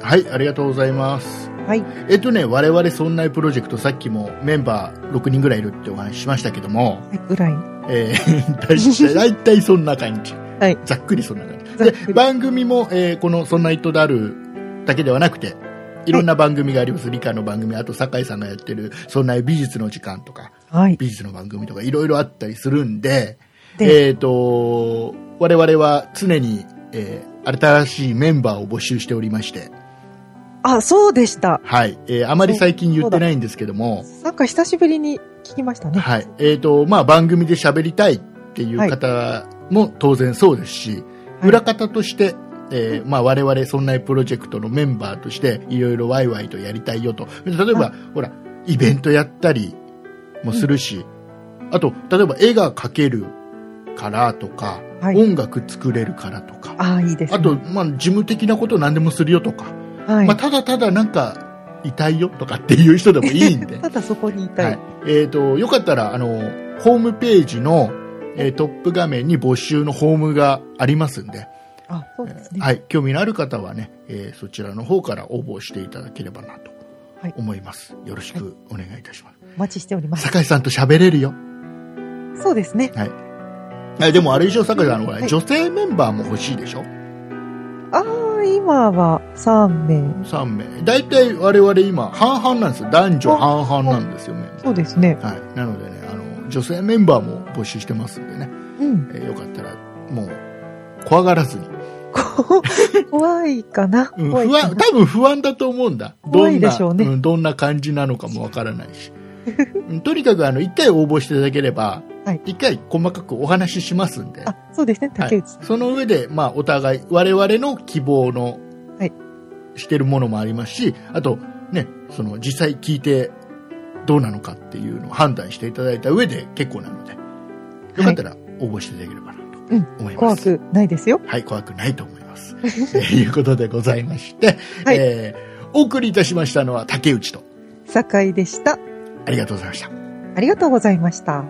Speaker 2: はい、ありがとうございます。
Speaker 3: はい。
Speaker 2: えっとね、我々そんなプロジェクト、さっきもメンバー6人ぐらいいるってお話ししましたけども、
Speaker 3: はい、うらい。は
Speaker 2: えー、大体、大体そんな感じ。
Speaker 3: い。
Speaker 2: ざっくりそんな感じ。
Speaker 3: ざっく
Speaker 2: で、
Speaker 3: り
Speaker 2: 番組も、えーこの、そんな糸であるだけではなくて、いろんな番組があります。理科の番組、あと、酒井さんがやってる、そんな美術の時間とか、
Speaker 3: はい。
Speaker 2: 美術の番組とか、いろいろあったりするんで、
Speaker 3: で、
Speaker 2: えっ、と、我々は常に、えー新しいメンバーを募集しておりまして、
Speaker 3: あ、そうでした。
Speaker 2: はい。えーあまり最近言ってないんですけども、
Speaker 3: なんか久しぶりに聞きましたね。
Speaker 2: はい。えっ、と、まあ、番組で喋りたいっていう方も当然そうですし、
Speaker 3: はい
Speaker 2: 裏方として、えーまあ、我々、そんなプロジェクトのメンバーとして、いろいろワイワイとやりたいよと。例えば、
Speaker 3: は
Speaker 2: ほら、イベントやったりもするし、あと、例えば絵が描けるからとか、
Speaker 3: はい
Speaker 2: 音楽作れるからとか、
Speaker 3: ああ、いいです、ね。
Speaker 2: あと、、まあ、事務的なこと何でもするよとか、
Speaker 3: はい。
Speaker 2: まあ、ただただなんか、痛いよとかっていう人でもいいん で。
Speaker 3: ただそこにいた。
Speaker 2: はいい。えっ、と、よかったら、あの、ホームページの、えートップ画面に募集のホームがありますんで、
Speaker 3: あ、そうですね。
Speaker 2: はい。興味のある方はね、えーそちらの方から応募していただければなと
Speaker 3: はい
Speaker 2: 思います。よろしくお願いいたします。
Speaker 3: お待ちしております。
Speaker 2: 酒井さんと喋れるよ。
Speaker 3: そうですね。
Speaker 2: はい。でもあれ以上酒井さんあの、ほら
Speaker 3: はい
Speaker 2: 女性メンバーも欲しいでしょ
Speaker 3: ああ、今は3名。
Speaker 2: ?3 名。大体我々今、半々なんですよ。男女半々なんですよ、メンバー
Speaker 3: そうですね。
Speaker 2: はい。なのでね、あの、女性メンバーも募集してますんでね。
Speaker 3: うん。
Speaker 2: えーよかったら、もう、怖がらずに。
Speaker 3: こ怖いかな。
Speaker 2: うん、
Speaker 3: 怖い
Speaker 2: 不
Speaker 3: か
Speaker 2: 安、
Speaker 3: な。
Speaker 2: 多分不安だと思うんだ。ど
Speaker 3: 怖
Speaker 2: ん
Speaker 3: い
Speaker 2: な、
Speaker 3: でしょうね
Speaker 2: ん、どんな感じなのかもわからない し。うんとにかく、あの、一回応募していただければ
Speaker 3: はい、
Speaker 2: 一、回細かくお話ししますんで、
Speaker 3: あ、そうですね。
Speaker 2: は
Speaker 3: 竹
Speaker 2: い
Speaker 3: 内さん。
Speaker 2: その上で、まあ、お互い、我々の希望の、
Speaker 3: はい
Speaker 2: してるものもありますし、あと、ね、その、実際聞いて、どうなのかっていうのを判断していただいた上で結構なので、よかったら応募していただければなと思います。
Speaker 3: 怖くないですよ。
Speaker 2: はい、怖くないと思います。 ということでございまして、
Speaker 3: はい
Speaker 2: えーお送りいたしましたのは竹内と、
Speaker 3: 酒井でした。
Speaker 2: ありがとうございました。
Speaker 3: ありがとうございました。